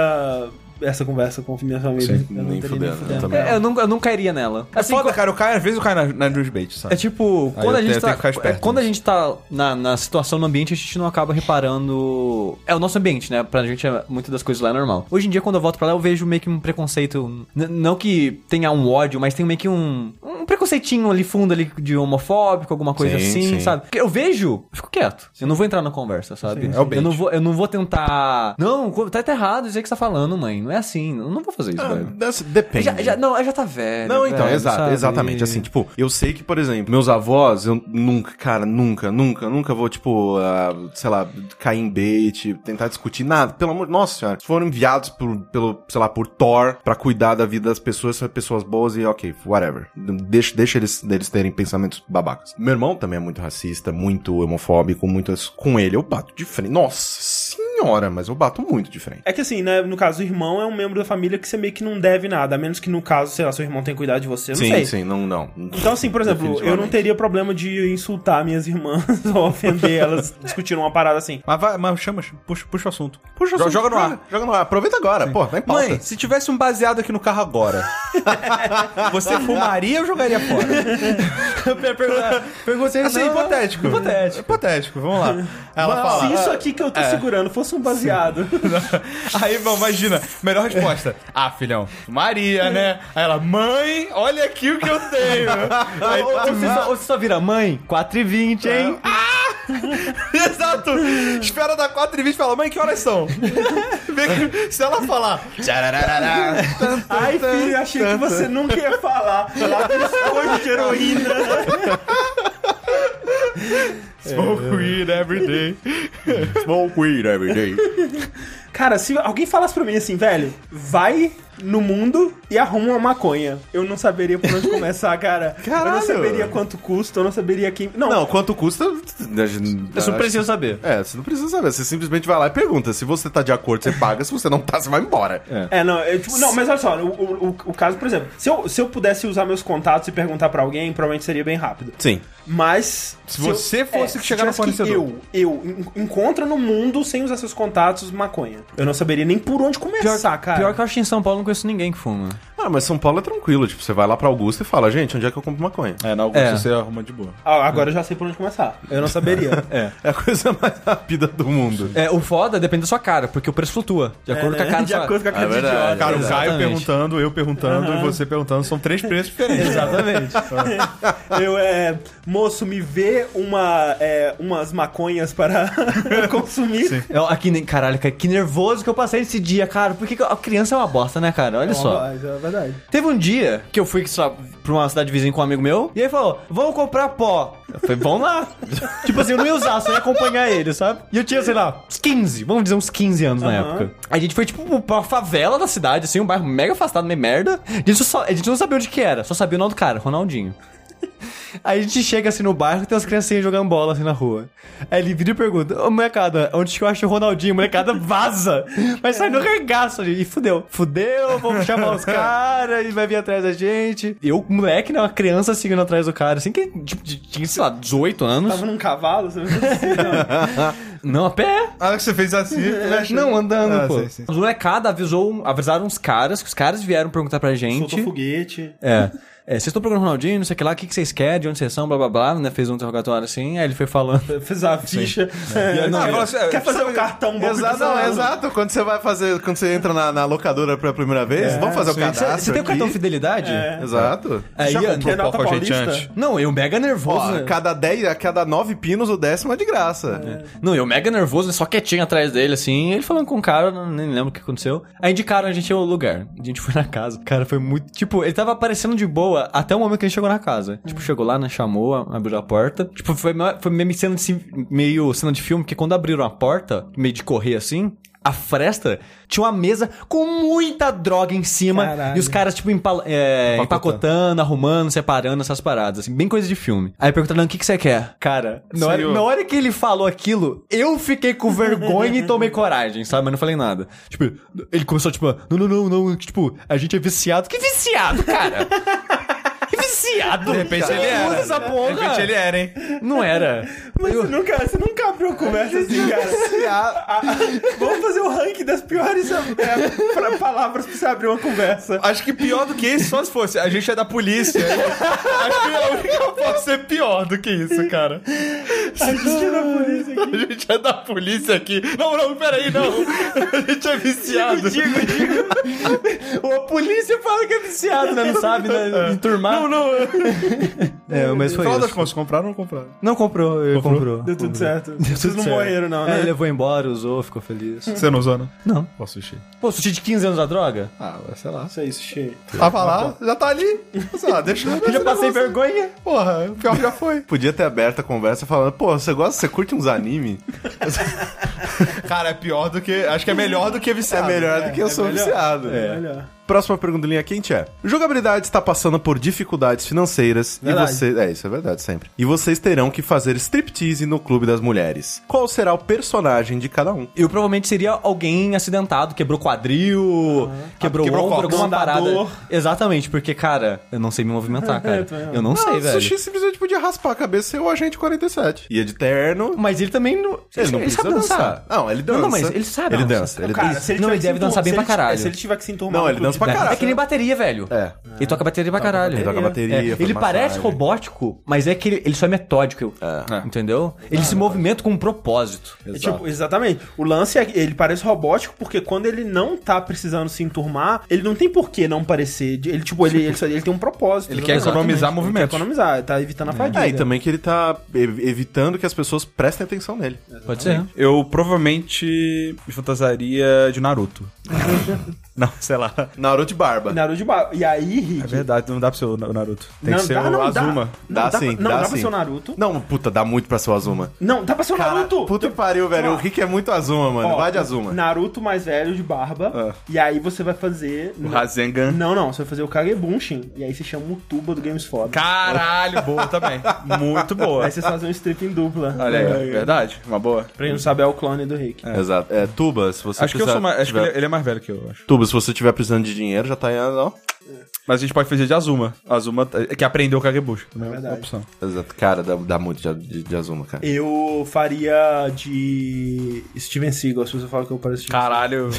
essa conversa com minha família.
Sim,
eu não
nem
teria
fudendo, eu também.
É, eu, não, eu não cairia nela. Assim,
Foda,
co-
cara, eu caio, às vezes eu caio na, na Newsbait, sabe?
É tipo,
Aí
quando
eu
a gente
tenho-
tá,
tenho que ficar esperto
é, quando a
nisso.
gente tá na, na situação no ambiente, a gente não acaba reparando. É o nosso ambiente, né? Pra gente, é, muitas das coisas lá é normal. Hoje em dia, quando eu volto pra lá, eu vejo meio que um preconceito. n- Não que tenha um ódio, mas tem meio que um. Um preconceitinho ali fundo ali de homofóbico, alguma coisa
Sim,
assim,
sim.
sabe? Porque eu vejo, eu fico quieto. Eu não vou entrar na conversa, sabe?
sim. É o bait.
eu, não vou, eu não vou tentar. Não, tá, tá errado isso aí que você tá falando, mãe. Não é assim. Eu não vou fazer isso,
Ah,
velho.
dessa- depende.
Já, já- não, já tá velho.
Não, então,
velho,
exato,
sabe?
exatamente. Assim, tipo, eu sei que, por exemplo, meus avós, eu nunca, cara, nunca, nunca, nunca vou, tipo, ah, sei lá, cair em bait, tentar discutir nada. Pelo amor, nossa senhora, foram enviados por, pelo, sei lá, por Thor pra cuidar da vida das pessoas, são pessoas boas e ok, whatever. Deixa deixa, deixa eles, deles terem pensamentos babacas. Meu irmão também é muito racista, muito homofóbico, muitas. Com ele eu bato de frente. Nossa senhora, mas eu bato muito de frente.
É que assim, né, no caso, o irmão é um membro da família que você meio que não deve nada, a menos que no caso, sei lá, seu irmão tenha cuidado de você, eu não
sim,
sei.
sim, não, não.
Então, assim, por exemplo, eu não
Definitivamente.
teria problema de insultar minhas irmãs ou ofender elas discutindo uma parada assim.
Mas, vai, mas chama, chama, puxa, puxa o assunto.
Puxa,
Jo-
assunto,
Joga no
cara.
ar.
Joga no ar. Aproveita agora, pô, vai em pauta.
Mãe, se tivesse um baseado aqui no carro agora, você fumaria ou jogaria fora?
Perguntei
Assim, hipotético. Hipotético. Hipotético, vamos lá. Aí Ela fala.
Se isso aqui que eu tô segurando fosse um baseado.
"Ah." Aí, bom, imagina, melhor resposta. Ah, filhão, fumaria, né? Aí ela, mãe, olha aqui o que eu tenho. Aí,
Ou ou você, só, ou você só vira mãe? 4 e 20,
É.
hein?
Exato! Espera dar 4 e 20 e fala, mãe, que horas são? Vê que- se ela falar. "Tcharararará",
Ai, filho, achei que você nunca ia falar. Lá biscoito de heroína.
Smoke weed every day.
Smoke weed every day.
Cara, se alguém falasse pra mim assim, velho, vai no mundo e arruma uma maconha. Eu não saberia por onde começar, cara. Eu não
Caralho.
saberia quanto custa, eu não saberia quem... Não,
Não, quanto custa...
Eu
um
só preciso saber.
É, você não precisa saber. Você simplesmente vai lá e pergunta. Se você tá de acordo, você paga. Se você não tá, você vai embora.
É, não, eu, tipo, não, mas olha só, o, o, o- o caso, por exemplo, se eu, se eu pudesse usar meus contatos e perguntar pra alguém, provavelmente seria bem rápido.
Sim.
Mas. é,
Se você fosse que chegar no
tivesse que
fornecedor.
Eu, eu, en- encontra no mundo sem usar seus contatos maconha. Eu não saberia nem por onde começar, cara.
Pior tá, que eu acho que em São Paulo não conheço ninguém que fuma.
Ah, mas São Paulo é tranquilo. Tipo, você vai lá pra Augusta e fala, gente, onde é que eu compro maconha?
É, na Augusta
É.
você arruma de boa.
Ah, agora eu já sei por onde começar. Eu não saberia.
É a coisa mais rápida do mundo.
É, o foda depende da sua cara, porque o preço flutua. De acordo com a cara
É, né? de
da sua-
acordo com a cara
É
de
verdade.
idiota.
Cara, o Caio
Exatamente.
perguntando, eu perguntando e você perguntando, são três preços diferentes.
Exatamente.
Eu, é. Moço, me vê uma, é, umas maconhas para consumir.
Eu, aqui, nem- caralho, cara, É, que nervoso que eu passei esse dia, cara. Porque a criança é uma bosta, né, cara? Olha só.
É verdade.
Teve um dia que eu fui sei lá, pra uma cidade vizinha com um amigo meu, e ele falou: Vamos comprar pó. Eu falei: Vamos lá. tipo assim, eu não ia usar, só ia acompanhar ele, sabe? E eu tinha, sei lá, uns 15, vamos dizer uns 15 anos na
Aham.
época. A gente foi, tipo, pra uma favela da cidade, assim, um bairro mega afastado, meio merda. A gente, só, a gente não sabia onde que era, só sabia o nome do cara, Ronaldinho. Aí a gente chega assim no bairro e tem umas criancinhas jogando bola assim na rua. Aí ele vira e pergunta: Ô molecada, onde que eu acho o Ronaldinho? A molecada vaza! Mas sai no regaço ali. E fudeu. Fudeu, vamos chamar os caras e vai vir atrás da gente. Eu, moleque, né? Uma criança seguindo atrás do cara, assim, que tipo, de- tinha, sei lá, 18 anos.
Tava num cavalo, sabe?
Não, a pé.
Ah, que você fez assim. né?
É. Não, andando,
Ah,
pô.
sim, sim.
Os molecada avisou, avisaram uns caras, que os caras vieram perguntar pra gente.
Soltou foguete.
É. É, vocês estão procurando o Ronaldinho, não sei o que lá, o que, que vocês querem, de onde vocês são, blá blá blá, né? Fez um interrogatório assim, aí ele foi falando.
Fez a ficha. É,
Não,
quer-
agora você-
quer fazer um cartão banco de
Exato, não,
salão?
exato. Quando você vai fazer, quando você entra na, na locadora pela primeira vez, vamos fazer o cadastro.
Você tem o
aqui.
cartão fidelidade?
Exato.
Aí,
É. Já
ó,
comprou
é nota
pó com a gente
paulista?
antes?
Não, eu mega
Ó,
nervoso.
a cada 10, a cada 9 pinos, o décimo é de graça.
Não, eu mega nervoso, só quietinho atrás dele, assim. Ele falando com o cara, eu não- nem lembro o que aconteceu. Aí indicaram a gente o lugar. A gente foi na casa. Cara, foi muito. Tipo, ele tava aparecendo de boa até o momento que a gente chegou na casa. Tipo, chegou lá, né? Chamou, a- abriu a porta. Tipo, foi, me- foi meio, cena de, ci- meio cena de filme, porque quando abriram a porta, meio de correr assim. A fresta tinha uma mesa com muita droga em cima.
Caralho.
E os caras, tipo, empal- é,
Empacotando.
empacotando, arrumando, separando essas paradas. Assim, bem coisa de filme. Aí perguntando, o que, que você quer? Cara, na hora,
Senhor.
na hora que ele falou aquilo, eu fiquei com vergonha e tomei coragem, sabe? Mas não falei nada. Tipo, ele começou, tipo, não, não, não, não. Tipo, a gente é viciado. Que viciado, cara? que viciado?
De repente
Quem
ele
usa
era.
essa
De repente
porra?
ele era, hein?
Não era.
Mas você nunca, você nunca abriu uma conversa assim,
É.
cara. A- a- Vamos fazer o ranking das piores é, pra- palavras pra você abrir uma conversa.
Acho que pior do que isso, só se fosse. A gente é da polícia. Acho que é a única pode ser pior do que isso, cara.
A gente era polícia aqui.
A gente é da polícia aqui. Não, não, peraí, não. A gente é viciado.
Digo, digo.
A polícia fala que é viciado, né? Não sabe, né? Enturmar.
não.
É, mas foi
Fala das
isso.
contas, compraram ou não compraram?
Não comprou, ele
Comprou?
comprou.
Deu tudo
Comprou.
certo.
Deu
Vocês
tudo
não
certo.
morreram, não,
É,
né?
ele levou embora, usou, ficou feliz.
Você não usou, né?
Não.
Pô, sushi.
Pô, sushi de 15 anos da droga?
Ah, sei lá.
Isso aí, sushi.
Tava lá, já tá ali. Sei lá, deixa eu
Já passei vergonha.
Porra, o pior já foi.
Podia ter aberto a conversa falando, pô, você gosta, você curte uns anime?
Cara, é pior do que. Acho que é melhor do que
É
viciado.
melhor do que eu
é
sou
melhor.
viciado.
É. Melhor.
Próxima pergunta linha quente é: Jogabilidade está passando por dificuldades financeiras
Verdade.
e você, é isso é verdade sempre. E vocês terão que fazer striptease no clube das mulheres. Qual será o personagem de cada um?
Eu provavelmente seria alguém acidentado, quebrou quadril,
quebrou
quebrou, quebrou ombro,
cóccix.
alguma parada.
Andador.
Exatamente, porque, cara, eu não sei me movimentar, cara.
também não.
Eu não sei, velho.
Ah, Sushi simplesmente podia raspar a cabeça e ser o agente 47. Ia de terno.
Mas ele também não.
Ele não precisa dançar. Não, ele dança.
Não, mas ele sabe
Ele
dançar.
dança, ele
Cara,
dança.
Não,
tiver
ele
que
deve
se entur-
dançar bem
se
pra
ele tiver-
caralho.
Se ele tiver que um se enturmar
Não,
no
ele dança
clube-
pra caralho.
É que nem bateria, velho.
Né? É.
Ele toca bateria pra caralho.
Ele toca bateria,
É.
faz
Ele parece
massagem. É.
robótico, mas é que ele, ele só é metódico. É. Entendeu? Ele se movimenta com um propósito.
É tipo, exatamente. O lance é que ele parece robótico porque quando ele não tá precisando se enturmar, ele não tem por que não parecer. De- Ele, tipo, ele, ele, só- ele tem um propósito.
Ele quer
exatamente.
economizar
Ele
movimento.
Quer economizar, tá evitando a fadiga.
É,
Ah, e também que ele tá ev- evitando que as pessoas prestem atenção nele.
Pode
É.
ser.
Eu provavelmente me fantasaria de Naruto. não, sei lá.
Naruto de barba.
Naruto de barba. E aí, Rick.
É verdade, não dá pra ser o Naruto. Tem
não
que ser
dá,
o
não dá.
Azuma.
Não,
Dá
dá
sim,
pra- não,
dá
dá pra
sim.
ser o Naruto?
Não, puta, dá muito pra ser o Azuma.
Não, dá pra ser o
Cara,
Naruto! Tipo,
puta que pariu, velho. O Rick é muito Azuma, mano.
Ó,
Vai de Azuma.
Naruto mais velho de barba. E aí você vai fazer.
O Rasengan.
Não, não, você vai fazer o Kagebunshin. E aí você chama o Tuba do Games Foda.
Caralho, boa também. Muito boa.
Aí você faz um strip em dupla. É.
Olha aí, verdade. Uma boa.
Pra quem não sabe, é o clone do Rick.
Exato. É, Tuba, se você
acho que eu
precisar-
sou mais. Acho que
tiver-
ele, ele é mais velho que eu, acho.
Tuba, se você tiver precisando de dinheiro, já tá aí, ó.
Mas a gente pode fazer de Azuma. Azuma é que aprendeu o Kagebush. É
verdade.
Opção.
Exato. Cara, dá, dá muito de, de, de Azuma, cara.
Eu faria de Steven Seagal, se você fala que eu pareço Steven
Caralho.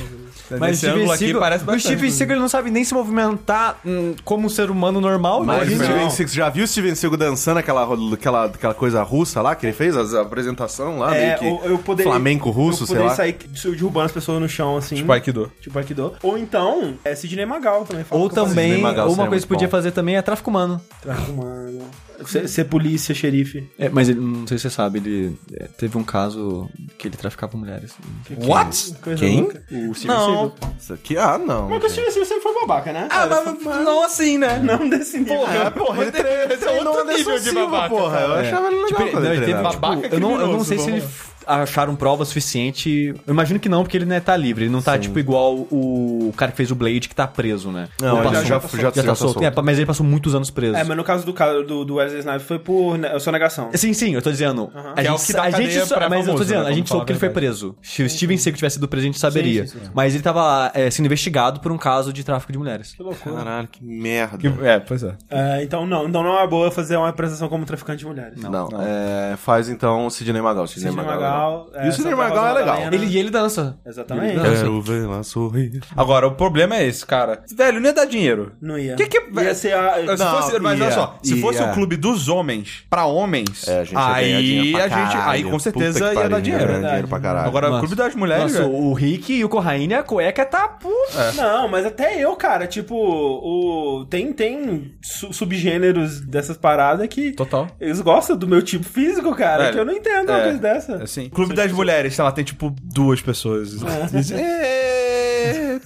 Mas
Esse
o Steven
ângulo aqui
Seagal-
parece
o
bastante. né?
Steven Seagal ele não sabe nem se movimentar hum, como um ser humano normal.
Mas
imagina.
Steven
não.
Seagal, já viu o Steven Seagal dançando aquela, ro- aquela, aquela coisa russa lá que ele fez? As- A apresentação lá,
É,
meio que
eu, eu poderia.
flamenco russo,
eu
sei lá.
poderia sair derrubando as pessoas no chão, assim.
Tipo Aikido.
Tipo Aikido. Ou então, é Sidney Magal também. fala
Ou
que eu faço
também,
Sidney Magal
ou
seria
uma
muito
coisa que podia
bom.
fazer também é tráfico humano.
Tráfico humano. Ser, ser polícia, xerife.
É, mas ele, não sei se você sabe, ele é, teve um caso que ele traficava mulheres.
What?
Coisa
Quem?
louca. O Steven
Não.
Seagal.
Isso aqui, ah, não.
é
Mas que o Steven Seagal sempre foi babaca, né?
Ah, mas não assim, né?
Não desse nível.
Porra, porra,
Ele tre-
esse é
treinou
outro
Anderson
nível de
Silva,
babaca,
porra. Eu
cara.
achava É. ele legal
Tipo,
quando
não, ele teve,
treinava.
tipo,
é Babaca
eu, não, eu não
criminoso,
sei se
vamos
ele f- acharam prova suficiente. Eu imagino que não, porque ele né, tá livre. Ele não tá, tipo, igual o cara que fez o Blade que tá preso, né?
Não,
Ou
ele
passou-
já- já- já tá solto.
É, pa- mas ele passou muitos anos preso.
É, mas no caso do, cara- do, do Wesley Snipes foi por ne- sonegação.
Sim, sim, eu tô dizendo. A
Que é
gente,
o que dá
a gente
cadeia
só-
pra
mas eu
famoso,
tô dizendo,
né?
a
Vamos
gente
falar
soube que
a
ele foi
verdade.
preso. Se o Steven Seagal tivesse sido preso, a gente saberia.
sim, sim, sim.
Mas ele tava é, sendo investigado por um caso de tráfico de mulheres.
tipo, Caralho, que merda.
É, pois é.
É, então não, então não é uma boa fazer uma apresentação como traficante de mulheres.
Não, é, faz então o Sidney Magal. Sidney,
Sidney
Magal.
Magal.
E o Sidney Magal é legal.
né?
Ele, e ele dança.
Exatamente.
Ele dança.
Quero ver ela sorrir.
Agora, o problema é esse, cara. Velho, não ia dar dinheiro.
Não ia.
Que que-
ia ser a...
Se
Não,
fosse, mas olha
ia,
só, se fosse
ia.
o clube dos homens pra homens,
É, a gente ia ganhar
aí
dinheiro pra
a gente, aí
caralho.
com certeza
Puta que
ia dar
pariu,
dinheiro.
ganhar dinheiro pra caralho.
Agora, o
Nossa.
clube das mulheres,
Nossa,
velho,
o Rick e o Corraine, a cueca tá puta.
Não, mas até eu, cara, tipo, o tem tem su- subgêneros dessas paradas que
total.
eles gostam do meu tipo físico, cara,
Velho,
que eu não entendo uma
é,
coisa dessa.
Assim, clube das mulheres, sei lá, tem tipo duas pessoas. É.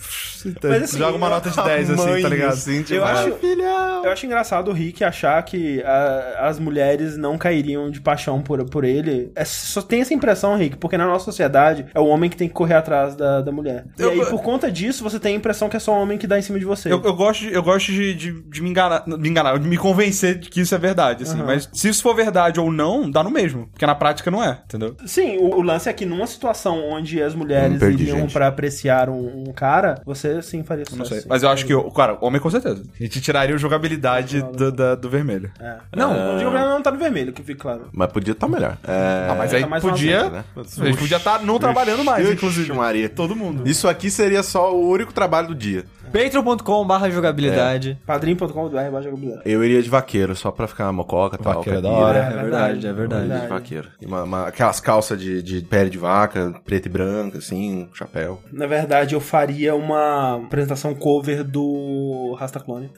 Mas, assim,
Joga uma nota de 10 assim, tá
Tamanho,
ligado?
assim, tipo,
Eu acho-
ah, filhão.
Eu acho engraçado o Rick achar que a- as mulheres não cairiam de paixão por, por ele. É, só tem essa impressão, Rick, porque na nossa sociedade é o homem que tem que correr atrás da, da mulher.
Eu-
e aí, por conta disso, você tem a impressão que é só o homem que dá em cima de você.
Eu, eu gosto, de, eu gosto de, de, de me enganar, me enganar, de me convencer de que isso é verdade, assim. Mas se isso for verdade ou não, dá no mesmo. Porque na prática não é, entendeu?
Sim, o, o lance é que numa situação onde as mulheres
Não perdi,
iriam
gente.
pra apreciar um, um cara, você sim faria sucesso.
Não sei.
sim.
Tá Mas eu acho que, o- cara, homem com certeza. A gente tiraria o jogabilidade do, da- do vermelho.
É.
Não,
Não, o problema não tá no vermelho, que fique claro.
Mas podia estar melhor. É...
Ah, mas aí
tá mais
podia.
vazio, né?
A gente podia estar não trabalhando tá mais,
Ixi,
inclusive.
Maria.
Todo mundo.
Isso aqui seria só o único trabalho do dia.
Patreon.com.br jogabilidade.
Padrim.com.br barra jogabilidade.
Eu iria de vaqueiro, só pra ficar mococa e tal.
Vaqueiro é da
caipira.
hora.
É verdade, é verdade.
Eu iria de vaqueiro. E uma- uma- aquelas calças de, de pele de vaca, preta e branca, assim, um chapéu.
Na verdade, eu faria uma apresentação cover do Rastaclone.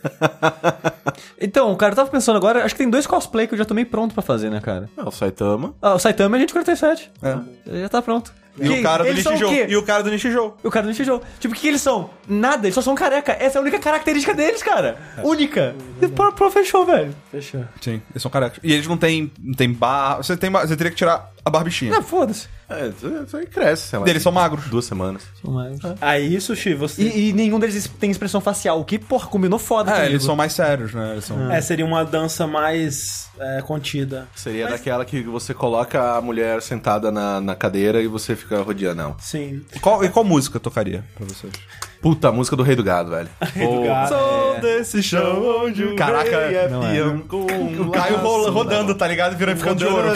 Então, cara, eu tava pensando agora, acho que tem dois cosplay que eu já tô meio pronto pra fazer, né, cara?
É, o Saitama.
Ah, o Saitama é gente 47.
É.
Ele Já tá pronto.
E o cara do
eles são
Nishijou.
o quê?
E o cara do Nishijou.
O cara do Nishijou. Tipo, o que, que eles são? Nada, eles só são careca. Essa é a única característica deles, cara.
É.
Única. E pro, pro fechou, velho.
Fechou.
Sim, eles são carecas. E eles não têm, não têm barba. Você, tem, ba- você teria que tirar a barbichinha.
Ah, foda-se.
É, isso isso aí cresce, sei lá.
Eles são magros.
Duas semanas.
Não mais.
Aí, Sushi, você...
Ah. E, e nenhum deles tem expressão facial, o que, porra, combinou foda
É,
comigo.
eles são mais sérios, né? Eles são...
É, seria uma dança mais é, contida.
Seria daquela que você coloca a mulher sentada na, na cadeira e você fica rodeando. Não.
Sim.
Qual, e qual música eu tocaria pra vocês?
Puta, a música do Rei do Gado, velho.
do Gado.
Sou desse chão onde o
Caraca,
Caraca,
não é.
o
Caio rola- rodando, tá ligado? Virando ficando de ouro.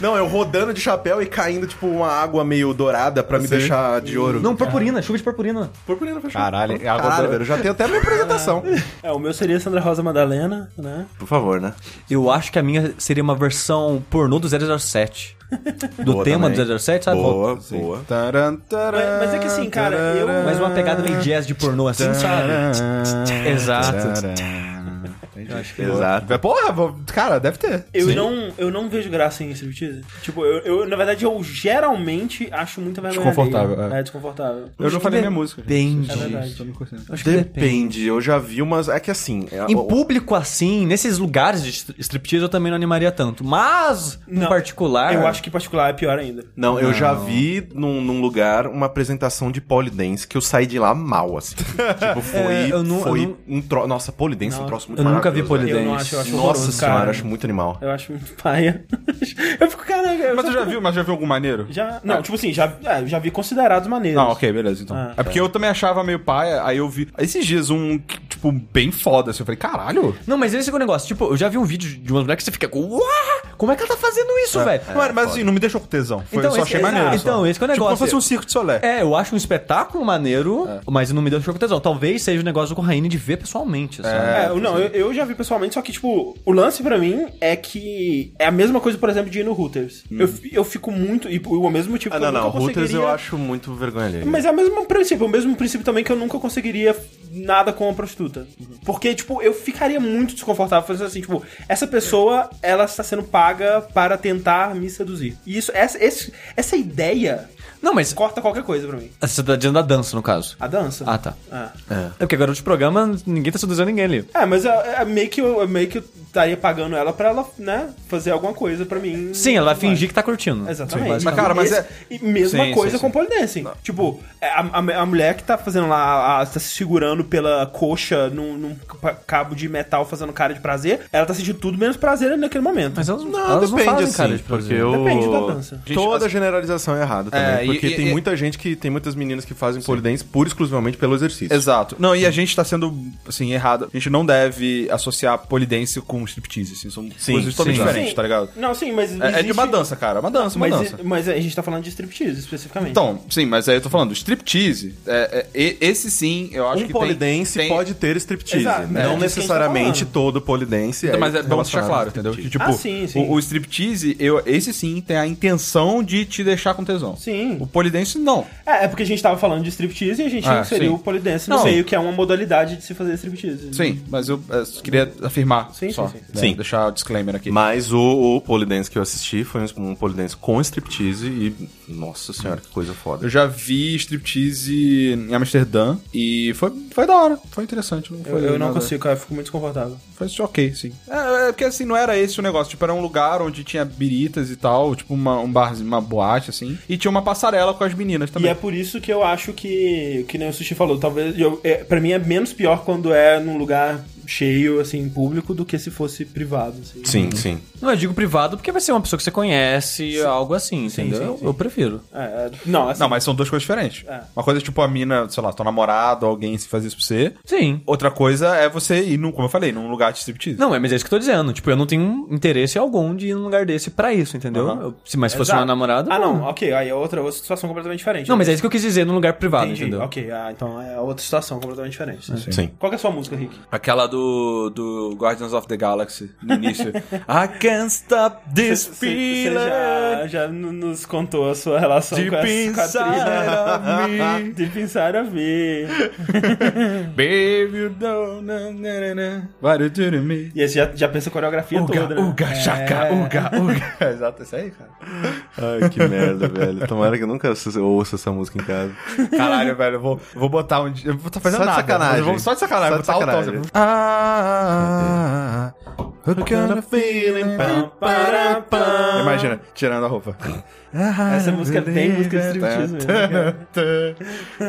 Não, eu rodando de chapéu e caindo, tipo, uma água meio dourada pra me deixar de ouro.
Não,
É.
purpurina, chuva de purpurina.
purpurina fechou.
Caralho,
Pronto.
é água
Caralho,
dourada.
velho, eu já tenho até a minha apresentação.
É, o meu seria Sandra Rosa Madalena, né?
Por favor, né?
Eu acho que a minha seria uma versão pornô do 007. Do
Boa
tema
também.
do 007, sabe?
Boa, boa.
Taran, taran,
Mas- mas é que assim, cara, eu-
taran,
Mas uma pegada meio jazz de pornô assim, sabe?
taran,
Exato.
taran.
Eu acho que
Exato.
É, Porra, vou- cara, deve ter.
Eu não, eu não vejo graça em striptease. Tipo, eu, eu- na verdade, eu geralmente acho muita vergonha
Desconfortável,
alheia.
é.
É, desconfortável.
Eu não falei minha música. gente.
Depende.
É verdade.
Eu acho que depende.
Depende, eu já vi umas. É que assim. é-
Em público assim, nesses lugares de stri- striptease, eu também não animaria tanto. Mas, em
Não.
particular.
Eu acho que em particular é pior ainda.
Não, eu já vi num, num lugar uma apresentação de polidense que eu saí de lá mal, assim. tipo, foi,
É, eu não-
foi
eu não-
um troço. Nossa, polidense é um troço muito
eu nunca vi
maravilhoso,
pole
né?
Eu não
dance.
acho, eu acho
Nossa
horroroso,
senhora,
cara.
acho muito animal.
Eu acho muito paia. eu fico, caraca. eu
Mas
só
você já
fico-
viu, mas já viu algum maneiro?
Já, não, tipo assim, já, é, já vi considerados maneiros.
Não, ok, beleza, então.
Ah,
é porque
tá.
eu também achava meio paia, aí eu vi. Esses dias um, tipo, bem foda, assim. Eu falei, caralho.
Não, mas esse é o negócio. Tipo, eu já vi um vídeo de umas mulheres que você fica. Uá! Como é que ela tá fazendo isso, velho?
Não era- mas assim, não me deixou com tesão. Foi,
Então,
eu só
esse-
achei maneiro.
exato.
só.
Então, esse que é o
Tipo, como
negócio.
se fosse um circo de solé.
É, eu acho um espetáculo maneiro, mas não me deu choco tesão. Talvez seja o negócio do Corraine de ver pessoalmente, sabe?
É, eu- não, eu, eu já vi pessoalmente, só que, tipo, o lance pra mim é que é a mesma coisa, por exemplo, de ir no Hooters. Eu, fi- eu fico muito. E o mesmo motivo
Ah,
que
não,
eu nunca
não. Routers
conseguiria-
eu acho muito vergonha alheia.
Mas é o mesmo princípio, é o mesmo princípio também que eu nunca conseguiria nada com uma prostituta. Porque, tipo, eu ficaria muito desconfortável fazendo assim, tipo, essa pessoa, ela está sendo paga para tentar me seduzir. E isso, essa, esse- essa ideia
Não, mas.
corta qualquer coisa pra mim.
Você tá dizendo da dança, no caso.
A dança.
Ah, tá.
Ah.
É porque garoto de programa, ninguém tá seduzindo ninguém ali.
É, mas é, é meio que eu, é meio que eu estaria pagando ela pra ela, né, fazer alguma coisa pra mim.
Sim, ela vai fingir que tá curtindo.
Exatamente.
Mas, cara, mas é-
E mesma
Sim,
coisa
sim,
com polidense. Tipo, a, a- a mulher que tá fazendo lá, a, a- tá se segurando pela coxa num, num ca- cabo de metal fazendo cara de prazer, ela tá sentindo tudo menos prazer naquele momento.
é
Mas elas não,
Não,
elas não
depende,
fazem,
assim,
cara, de
porque
prazer.
eu...
Depende da dança.
Gente, Toda as- generalização é errada também,
É, e-
porque
e-
tem
e-
muita gente que... Tem muitas meninas que fazem polidense pura e exclusivamente pelo exercício.
Exato. Não, e a gente tá sendo, assim, errado. A gente não deve associar polidense com striptease, assim. São coisas totalmente
sim.
diferentes,
Sim.
tá ligado?
Não, sim, mas.
É, é de
existe-
uma dança, cara. É uma dança, uma
Mas,
dança.
mas a gente tá falando de striptease especificamente.
Então, sim, mas aí eu tô falando, striptease, é, é, e- esse sim, eu acho
um
que tem-
polidense
tem-
pode ter striptease.
Exato, é, de
Não
quem
necessariamente
tá falando.
todo polidense
Mas é bom deixar
relacionado
claro,
a
entendeu? Que,
striptease.
tipo,
Ah, sim, sim.
O, o striptease, eu, esse sim tem a intenção de te deixar com tesão.
Sim.
O polidense, não.
É, é porque a gente tava falando de striptease e a gente
Ah,
não seria
sim.
o polidense no
Não.
meio, que é uma modalidade de se fazer striptease.
Sim, mas eu é, queria afirmar
Sim,
só.
sim, sim.
né,
Sim.
Deixar o disclaimer aqui.
Mas o, o polidense que eu assisti foi um, um polidense com striptease e... Nossa senhora, que coisa foda.
Eu já vi striptease em Amsterdã e foi, foi da hora, foi interessante. Não
Eu,
foi
eu não
nada-
consigo, cara, eu fico muito desconfortável.
Foi só ok, sim. É, é porque assim, não era esse o negócio. Tipo, era um lugar onde tinha biritas e tal, tipo uma, um barzinho, uma boate, assim. E tinha uma passarela com as meninas
E
também.
é por isso que eu acho que, que nem o Sushi falou, talvez, eu, é, pra mim é menos pior quando é num lugar cheio, assim, público do que se fosse privado, assim.
Sim, sim.
Não, eu digo privado porque vai ser uma pessoa que você conhece, algo assim, entendeu?
sim, sim.
Eu prefiro.
É, é- não, assim,
Não, mas são duas coisas diferentes.
É.
Uma coisa é tipo a mina, sei lá, teu namorado, alguém se faz isso pra você.
Sim.
Outra coisa é você ir, num, como eu falei, num lugar de striptease.
Não, é, mas é isso que eu tô dizendo. Tipo, eu não tenho interesse algum de ir num lugar desse pra isso, entendeu?
Aham.
Eu- se, mas se fosse
exato.
uma namorada.
Ah, não, ok, aí é outra, outra situação completamente diferente.
Não, mas é isso que eu quis dizer num lugar privado,
Entendi,
entendeu?
ok, ah, então é outra situação completamente diferente.
Sim.
Qual que é a sua música, Rick?
Aquela do, do Guardians of the Galaxy, no início. I can't stop this
Você
feeling
já, já n- nos contou a sua relação
de
com, essa, com a trilha.
pensar em mim.
De pensar a ver.
Baby, you don't know na, na, na, what you do to me.
E aí você já, já pensa a coreografia toda, né?
uga,
É.
jaca, uga, uga. É, Exato, isso aí, cara.
Ai, que merda, velho. Tomara que eu nunca ouça- ouça essa música em casa.
Caralho, velho, eu vou, eu vou botar um. dia- Eu vou tá fazendo
Só de
nada.
sacanagem.
Eu vou- só de sacanagem,
Só
só
de
botar sacanagem.
sacanagem.
o tom. Ah, what kind of feeling, pam, para,
É
pam. Imagina, tirando a roupa. Ah,
Essa música tem música de striptease mesmo.
né,
cara.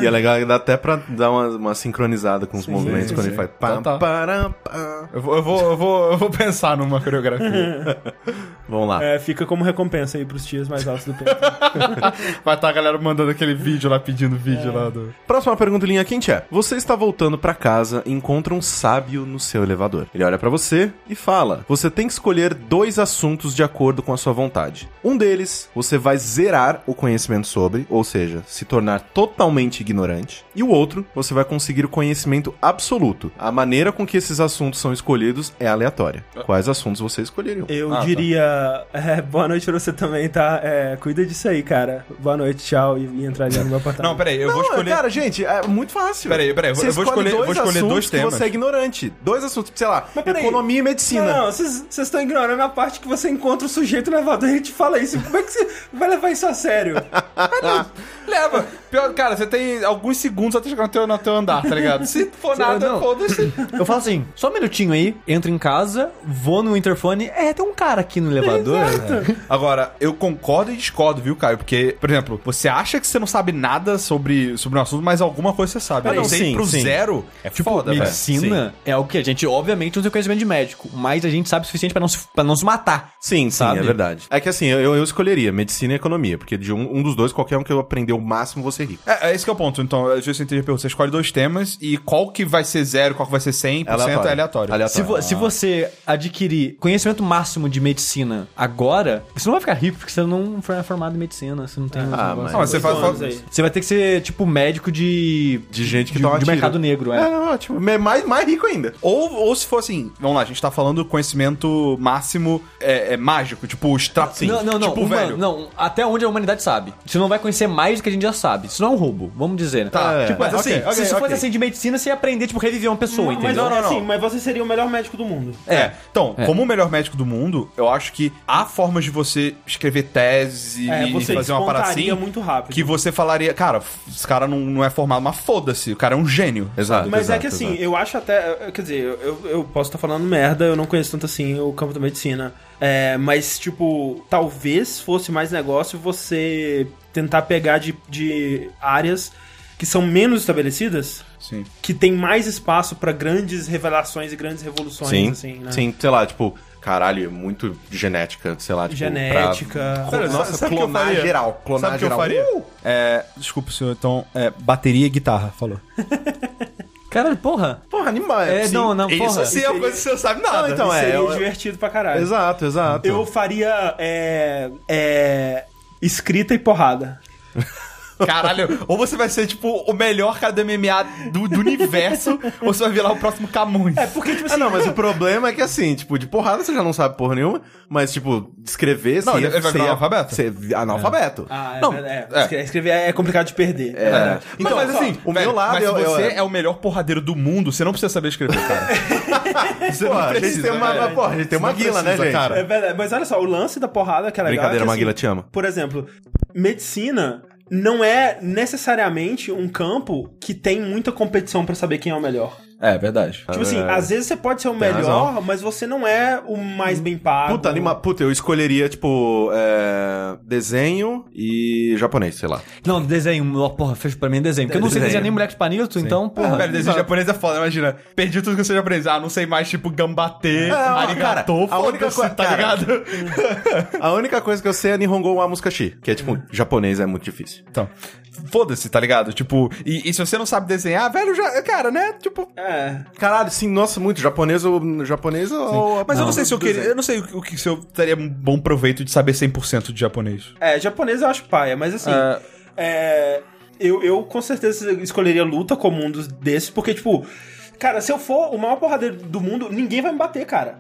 E é legal, dá até pra dar uma, uma sincronizada com os movimentos
sim,
quando
sim.
ele faz. Pam,
Total.
param, pam.
Eu vou, eu, vou, eu, vou, eu vou pensar numa coreografia.
Vamos lá.
É, fica como recompensa aí pros tias mais altos do peito.
Vai estar a galera mandando aquele vídeo lá, pedindo vídeo lá do.
Próxima pergunta em linha quente é: Você está voltando pra casa e encontra um sábio no seu elevador. Ele olha pra você e fala: Você tem que escolher dois assuntos de acordo com a sua vontade. Um deles, você vai zerar o conhecimento sobre, ou seja, se tornar totalmente ignorante. E o outro, você vai conseguir o conhecimento absoluto. A maneira com que esses assuntos são escolhidos é aleatória. Quais assuntos você escolheria?
Eu
Ah, tá.
diria, é, boa noite pra você também, tá? É, cuida disso aí, cara. Boa noite, tchau, e, e entrar ali no meu apartamento.
Não, peraí, eu vou escolher.
Cara, gente, é muito fácil.
Peraí, peraí, eu vou-
Você
eu vou
escolhe
escolher- eu vou escolher
assuntos
dois
que
temas.
Você é ignorante. Dois assuntos, sei lá,
peraí.
economia e medicina.
Não, não, vocês vocês estão ignorando a parte que você encontra o sujeito no elevador e ele te fala isso. Como é que você vai levar isso a sério?
Leva. Pior, cara, você tem alguns segundos até chegar no teu, no teu andar, tá ligado? Se for nada,
Não.
foda-se.
Eu falo assim, só um minutinho aí, entro em casa, vou no interfone, é, tem um cara aqui no elevador.
É.
Agora, eu concordo e discordo, viu, Caio? Porque, por exemplo, você acha que você não sabe nada sobre, sobre um assunto, mas alguma coisa você sabe.
Ah, não,
Você ir
sim,
pro
sim.
zero é foda, velho.
Tipo, Medicina é algo que a gente, obviamente, não tem conhecimento de médico, mas a gente sabe o suficiente pra não, se- pra não se matar.
Sim,
Sabe?
sim, é verdade. É que assim, eu, eu escolheria medicina e economia, porque de um, um dos dois, qualquer um que eu aprender o máximo, você ri.
É, é esse que é o ponto. Então, às vezes você entende você escolhe dois temas e qual que vai ser zero, qual que vai ser 100% é aleatório.
Se, vo- se você adquirir conhecimento máximo de medicina agora, você não vai ficar rico porque você não foi formado em medicina, você não tem. os
Ah,
negócios.
mas-
Não, mas você faz...
Vamos aí.
Você vai ter que ser, tipo, médico de.
De gente que
de,
toma
de
tiro.
mercado negro,
É,
é.
ótimo. Me- Mais, mais rico ainda.
Ou, ou se for assim, vamos lá, a gente tá falando conhecimento máximo é, é mágico, tipo extra...
Não, não, não.
Tipo,
uma-
velho.
Não, até onde a humanidade sabe. Você não vai conhecer mais do que a gente já sabe. Isso não é um roubo, vamos dizer. né?
Tá,
É.
tipo, mas
É,
assim,
ok, se
ok,
isso
ok.
fosse assim de medicina, você ia aprender, tipo, reviver uma pessoa,
mas,
entendeu?
não,
Não, não,
assim,
não.
mas você seria o melhor médico do mundo.
É. Então,
É.
como o melhor médico do mundo, eu acho que há formas de você escrever tese
É,
e
você
fazer uma parada assim
despontaria muito rápido.
que você falaria, cara, f- esse cara não, não é formado, mas foda-se, o cara é um gênio.
Exato.
Mas
exato,
é que assim,
exato.
eu acho até. Quer dizer, eu, eu posso estar falando merda, eu não conheço tanto assim o campo da medicina. É, mas, tipo, talvez fosse mais negócio você tentar pegar de, de áreas que são menos estabelecidas,
Sim.
que tem mais espaço pra grandes revelações e grandes revoluções,
Sim,
assim, né?
sim, sei lá, tipo, caralho, é muito genética, sei lá, tipo.
Genética.
Pra...
Sabe-
Nossa,
sabe o que eu
clonar
faria?
geral. Clonar
Sabe o que eu
geral.
faria?
Uh!
É, desculpa, senhor, então, é, bateria e guitarra, falou.
Cara, porra.
Porra, animal.
É,
sim.
não, não, porra.
Isso sim é uma coisa que você não sabe nada.
Não, então, é,
Seria
eu-
divertido pra caralho.
Exato, exato.
Eu faria. É, é, escrita e porrada.
Caralho, ou você vai ser, tipo, o melhor cara do MMA do, do universo, ou você vai virar o próximo Camões.
É porque, tipo assim.
Ah, não, mas o problema é que assim, tipo, de porrada você já não sabe porra nenhuma, mas, tipo, escrever
Não,
você
ele
ia-
vai
você
virar
ia-
analfabeto.
Você é analfabeto.
Ah, é,
não,
é, é. escrever é complicado de perder. É.
É. Então,
mas,
mas,
assim,
o meu lado
mas
eu-
se
eu-
você é o melhor porradeiro do mundo, você não precisa saber escrever, cara. você
Pô,
não
a gente
precisa,
tem uma,
velho.
pô, a gente tem uma
Não
guila, né,
precisa,
gente?
cara.
É verdade, mas olha só, o lance da porrada que é legal.
Brincadeira,
é que,
Maguila, te amo.
Por exemplo, medicina não é necessariamente um campo que tem muita competição pra saber quem é o melhor.
É, verdade.
Tipo assim, às vezes você pode ser o melhor, mas você não é o mais bem pago.
Puta, anima... Puta, eu escolheria, tipo, é, desenho e japonês, sei lá.
Não, desenho. ó, Porra, fecho pra mim desenho. Porque eu não sei
Desenho.
desenhar nem moleque de panito, então, porra.
Velho, desenho japonês é foda, imagina. Perdi tudo que eu sei japonês. Ah, não sei mais, tipo, gambatê,
não,
arigatou,
cara, a única
foda-se,
coisa-
tá
cara.
ligado?
A única coisa que eu sei é Nihongo wa Muskashi, que é,
Uhum.
tipo, japonês é muito difícil.
Então, foda-se, tá ligado? Tipo, e, e se você não sabe desenhar, velho, já, cara, né? Tipo...
É.
Caralho, sim, nossa, muito. Japonês ou... Japonês ou...
Mas eu não sei se eu
desenho.
queria, eu não sei o que se eu teria um bom proveito de saber 100% de japonês.
É, japonês eu acho paia, mas assim.
É.
é, eu, eu com certeza escolheria luta como um dos desses, porque, tipo, cara, se eu for o maior porradeiro do mundo, ninguém vai me bater, cara.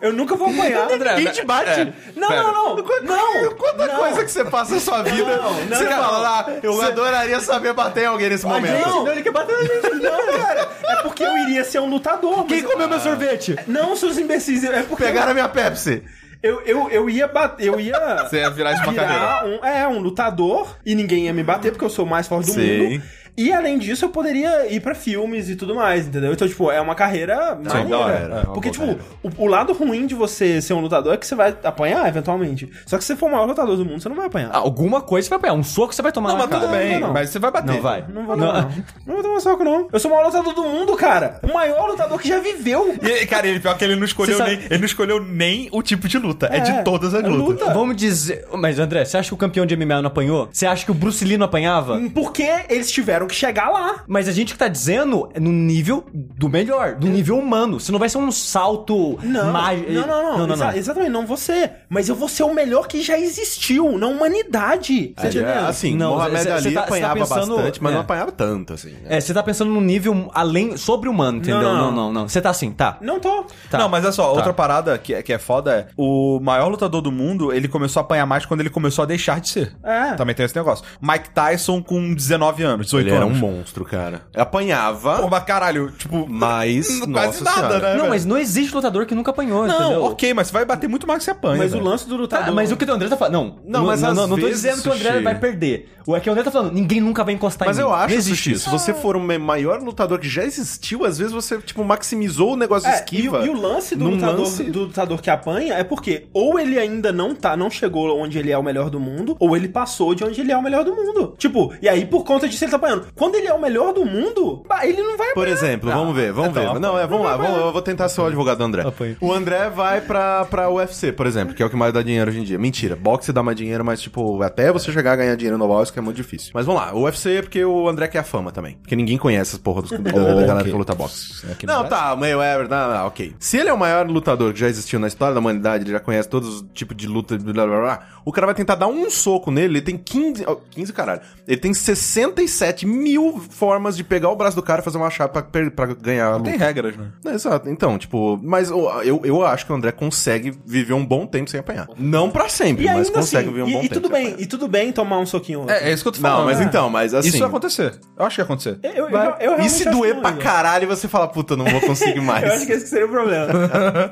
Eu nunca vou apanhar.
Ninguém te bate.
Não, não, não, não. Não,
Quanta coisa que você passa na sua vida,
Não, não,
você
não.
fala lá, eu adoraria saber bater em alguém nesse momento.
não, ele quer bater na gente. Não, cara. É porque eu iria ser um lutador. Mas...
Quem comeu meu sorvete?
Não, seus imbecis. É porque
Pegaram a minha Pepsi.
eu, eu, eu ia bater. Eu ia.
Você ia virar isso pra cadeira.
virar um, é, um lutador e ninguém ia me bater porque eu sou o mais forte do
Sim.
mundo. E além disso, eu poderia ir pra filmes e tudo mais, entendeu? Então, tipo, é uma carreira maneira.
da hora, é uma
porque,
boa
tipo, o, o lado ruim de você ser um lutador é que você vai apanhar, eventualmente. Só que se você for o maior lutador do mundo, você não vai apanhar.
Ah.
Alguma coisa você vai apanhar. Um soco você vai tomar
Não,
na
mas tudo
cara.
bem,
não, não.
mas você vai bater.
Não vai.
Não vou tomar, não. Não vou tomar soco, não. Eu sou o maior lutador do mundo, cara. O maior lutador que já viveu.
E, cara, ele pior que ele não escolheu
Você
nem.
sabe-
Ele não escolheu nem o tipo de luta. É, de todas as
é
lutas.
luta.
Vamos dizer. Mas, André, você acha que o campeão de MMA não apanhou? Você acha que o Bruce Lee não apanhava?
Porque eles tiveram que chegar lá.
Mas a gente que tá dizendo é no nível do melhor, do nível humano. Você não vai ser um salto
Não,
mágico.
não, não, não,
não,
exa- Exatamente, não você. Mas eu vou ser o melhor que já existiu na humanidade. Você
É,
entendeu?
assim,
Não,
Mohamed
cê- cê
Ali
tá- cê tá
apanhava
pensando-
bastante, mas
é.
não apanhava tanto, assim. né?
É, você tá pensando num nível além, sobre humano, entendeu?
Não,
Não,
não,
não, não. Você tá assim, tá.
Não tô.
Tá.
Não, mas olha só, outra parada que é, que é foda é o maior lutador do mundo, ele começou a apanhar mais quando ele começou a deixar de ser.
É.
Também tem esse negócio. Mike Tyson com 19 anos, 18
Ele era um
anos.
monstro, cara. Apanhava,
Pô, mas caralho, tipo,
mas... nossa
quase nada,
senhora.
né?
Não,
velho?
mas não existe lutador que nunca apanhou,
Não,
entendeu?
ok, mas você vai bater muito mais que você apanha. né?
Mas o
é.
velho.
lance do lutador.
Ah,
Tá, mas o que o André tá falando. Não,
Não, mas
não,
às
não, não tô
vezes,
dizendo que o André
Sushi-
vai perder. O é que o André tá falando, ninguém nunca vai encostar
Mas
em mim.
eu acho,
não existe
Sushi,
isso.
se você for o me- maior lutador que já existiu, às vezes você, tipo, maximizou o negócio
É,
de
e,
esquiva.
o- e o lance do
num
lutador,
lance-
do lutador que apanha é porque ou ele ainda não tá, não chegou onde ele é o melhor do mundo, ou ele passou de onde ele é o melhor do mundo. Tipo, e aí por conta disso ele tá apanhando. Quando ele é o melhor do mundo, bah, ele não vai
Por
apanhar.
exemplo, vamos ver, vamos
então,
ver. Não, é, vamos lá, vamos- eu vou tentar ser o advogado do André.
Apanha.
O André vai pra, pra UFC, por exemplo, que é o que mais dá dinheiro hoje em dia. Mentira, boxe dá mais dinheiro, mas, tipo, até você chegar a ganhar dinheiro no boxe que é muito difícil. Mas vamos lá, o UFC é porque o André quer a fama também. Porque ninguém conhece as porra dos, da, da galera que é luta boxe.
Aqui no
Não,
Brasil?
tá, meio Everett, não, não, ok. Se ele é o maior lutador que já existiu na história da humanidade, ele já conhece todos os tipos de luta, blá, blá, blá, blá, o cara vai tentar dar um soco nele, ele tem 15, ó, 15 caralho, ele tem 67 mil formas de pegar o braço do cara e fazer uma chave pra, per- pra ganhar a luta.
Tem regras, né?
Exato, então, tipo, mas o- eu, eu acho que o André consegue viver um bom tempo sem apanhar. Não pra sempre,
E
mas
ainda
consegue
assim,
viver um
e,
bom
e
tempo.
tudo
sem
bem,
apanhar.
e tudo bem tomar um soquinho ou outro.
É, é isso que eu tô falando.
Não, mas
né?
então, mas assim.
Isso vai acontecer. Eu acho que ia acontecer.
Eu, eu,
Vai-
eu, eu
e
realmente
se
acho que
doer
não é
pra
ia.
caralho, você fala, puta, não vou conseguir mais.
Eu acho que esse que seria o problema.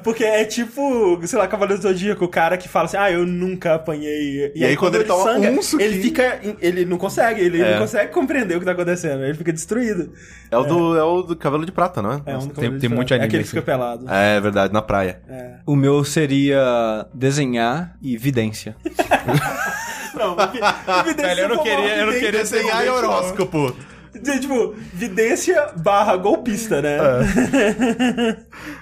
Porque é tipo, sei lá, Cavaleiro do Zodíaco, o cara que fala assim, ah, eu nunca apanhei.
E aí, quando ele toma um suquinho-
ele fica. Ele não consegue, ele
É.
não consegue compreender o que tá acontecendo. Ele fica destruído.
É o, Do, é o do Cavalo de Prata, não é?
É um
Nossa.
do
tem-
Cavaleiro
tem
do
muito
Zodíaco.
anime
É aquele que
assim.
fica pelado. É.
É, é verdade, na praia.
O meu seria desenhar e vidência.
Não, vi- vidência.
Velho, eu não
como
queria- eu não
vidente,
queria ser
Desenhar e
Não.
horóscopo.
de- Tipo, vidência barra golpista, né?
É.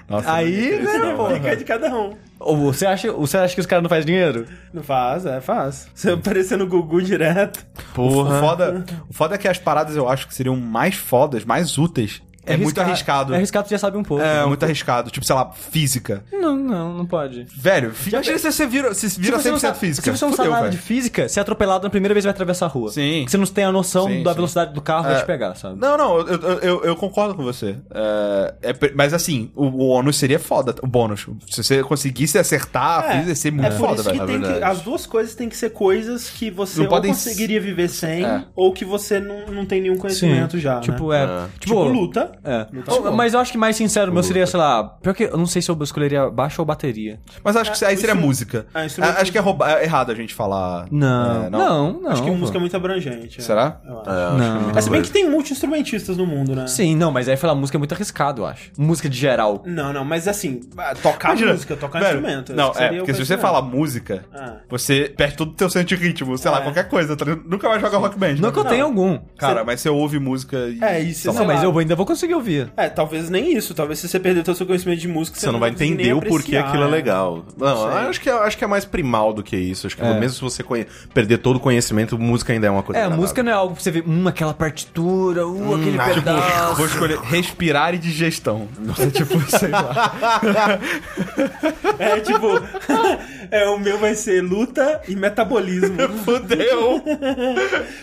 Nossa,
Aí, né, pô?
Fica de cada um.
Ou você acha, você acha que os caras não fazem dinheiro?
Não faz, é, faz. Você aparecendo o Gugu direto.
O foda, o foda é que as paradas eu acho que seriam mais fodas, mais úteis. É, muito arriscado. É,
É arriscado, você já sabe um pouco.
muito arriscado. Tipo, sei lá, física.
Não, não, não pode.
Velho, Tipo, fi- imagina se você vira, se vira
você não
100%
sabe-
física.
Se você não sabe
Fudeu,
nada
velho.
de física, você é atropelado na primeira vez e vai atravessar a rua.
Sim.
Porque Você não tem a noção
Sim,
da
sim.
velocidade do carro vai te pegar, sabe?
Não, não, eu, eu, eu- eu concordo com você. É, é pre- mas assim, o, o ônus seria foda, o bônus. Se você conseguisse acertar, a física ia ser muito
é por
foda,
isso
velho.
que tem que,
verdade.
as duas coisas têm que ser coisas que você
Não
ou
podem
conseguiria viver sem,
É.
ou que você não, não tem nenhum conhecimento já, né?
Tipo, é.
Ah.
Tipo,
Tipo, luta. cara.
É.
Não tá
Oh,
bom.
mas eu acho que mais sincero, meu seria, sei lá, pior que eu não sei se eu escolheria baixo ou bateria.
Mas acho que aí seria
instrumento-
música.
Ah, instrumento-
A- acho que é, rouba- é errado a gente falar.
Não,
é,
não, não.
Acho que
pô.
música é muito abrangente. é.
Será?
Eu acho.
É, acho
Não.
que é muita
Mas se bem que
coisa.
tem multi-instrumentistas no mundo, né?
Sim, não, mas aí falar música é muito arriscado, eu acho. Música de geral.
Não, não, mas assim, ah, tocar
Imagina,
música, tocar
velho,
instrumento.
Não,
acho que
é,
seria o
porque se você
pensamento.
falar música,
Ah.
você perde todo o teu senso de ritmo, sei lá,
É.
qualquer coisa. tá ligado? Nunca vai jogar rock band.
Não
tá
que eu
ligado?
tenha algum.
Cara, mas você ouve música e.
É, isso,
Não,
sei
mas
lá.
eu ainda vou conseguir ouvir.
É, talvez nem isso. Talvez se você perder todo o seu conhecimento de música,
Você não vai
conseguir
entender
nem
o porquê
apreciar,
aquilo é
né?
legal. Não, eu acho que, eu acho que é mais primal do que isso. Acho que mesmo se você conhe- perder todo o conhecimento, música ainda é uma coisa
É,
agradável.
música não é algo pra você ver, hum, aquela partitura, uh, aquele
Ah, tipo,
pedaço.
vou escolher respirar e digestão. Nossa, tipo, sei lá.
É tipo, é, o meu vai ser luta e metabolismo. É
Fudeu!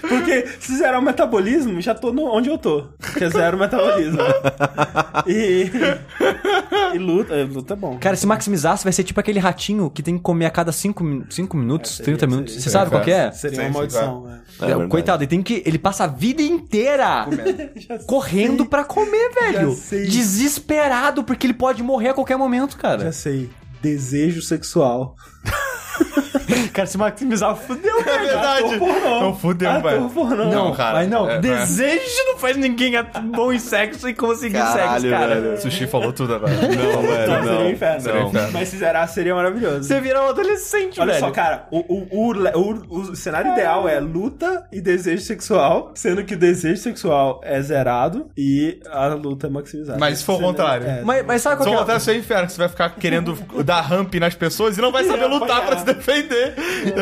Porque se zerar o metabolismo, já tô no, onde eu tô. Que é zero metabolismo. E, e luta, é, luta é bom.
Cara, se maximizasse, vai ser tipo aquele ratinho que tem que comer a cada 5 minutos, 30 minutos. Você sabe qual que é?
Seria
Sim,
uma
sim,
maldição. né?
É
É,
verdade.
coitado, ele tem que. Ele passa a vida inteira
Já sei,
correndo pra comer, velho.
sei.
Desesperado, porque ele pode morrer a qualquer momento, cara.
Já sei. Desejo sexual.
Cara, se maximizar, fudeu,
É verdade!
Ator pornô.
Não, fudeu,
Ator
velho.
pornô.
Não,
Não, cara,
mas não,
é,
desejo não faz ninguém at- bom em sexo e conseguir sexo, cara.
velho. Sushi falou tudo agora. Não,
Não,
velho,
seria um inferno.
Seria um inferno.
Mas se zerar, seria maravilhoso.
Você vira um adolescente,
Olha
velho.
só, cara, o, o, o, le- o- o cenário ideal é luta e desejo sexual, sendo que o desejo sexual é zerado e a luta é maximizada.
Mas se for o contrário.
É.
Mas, mas sabe
Só
qual que é?
até seu inferno, que você vai ficar querendo dar ramp nas pessoas e não vai saber
É, vai É.
lutar
apanhar.
pra se defender.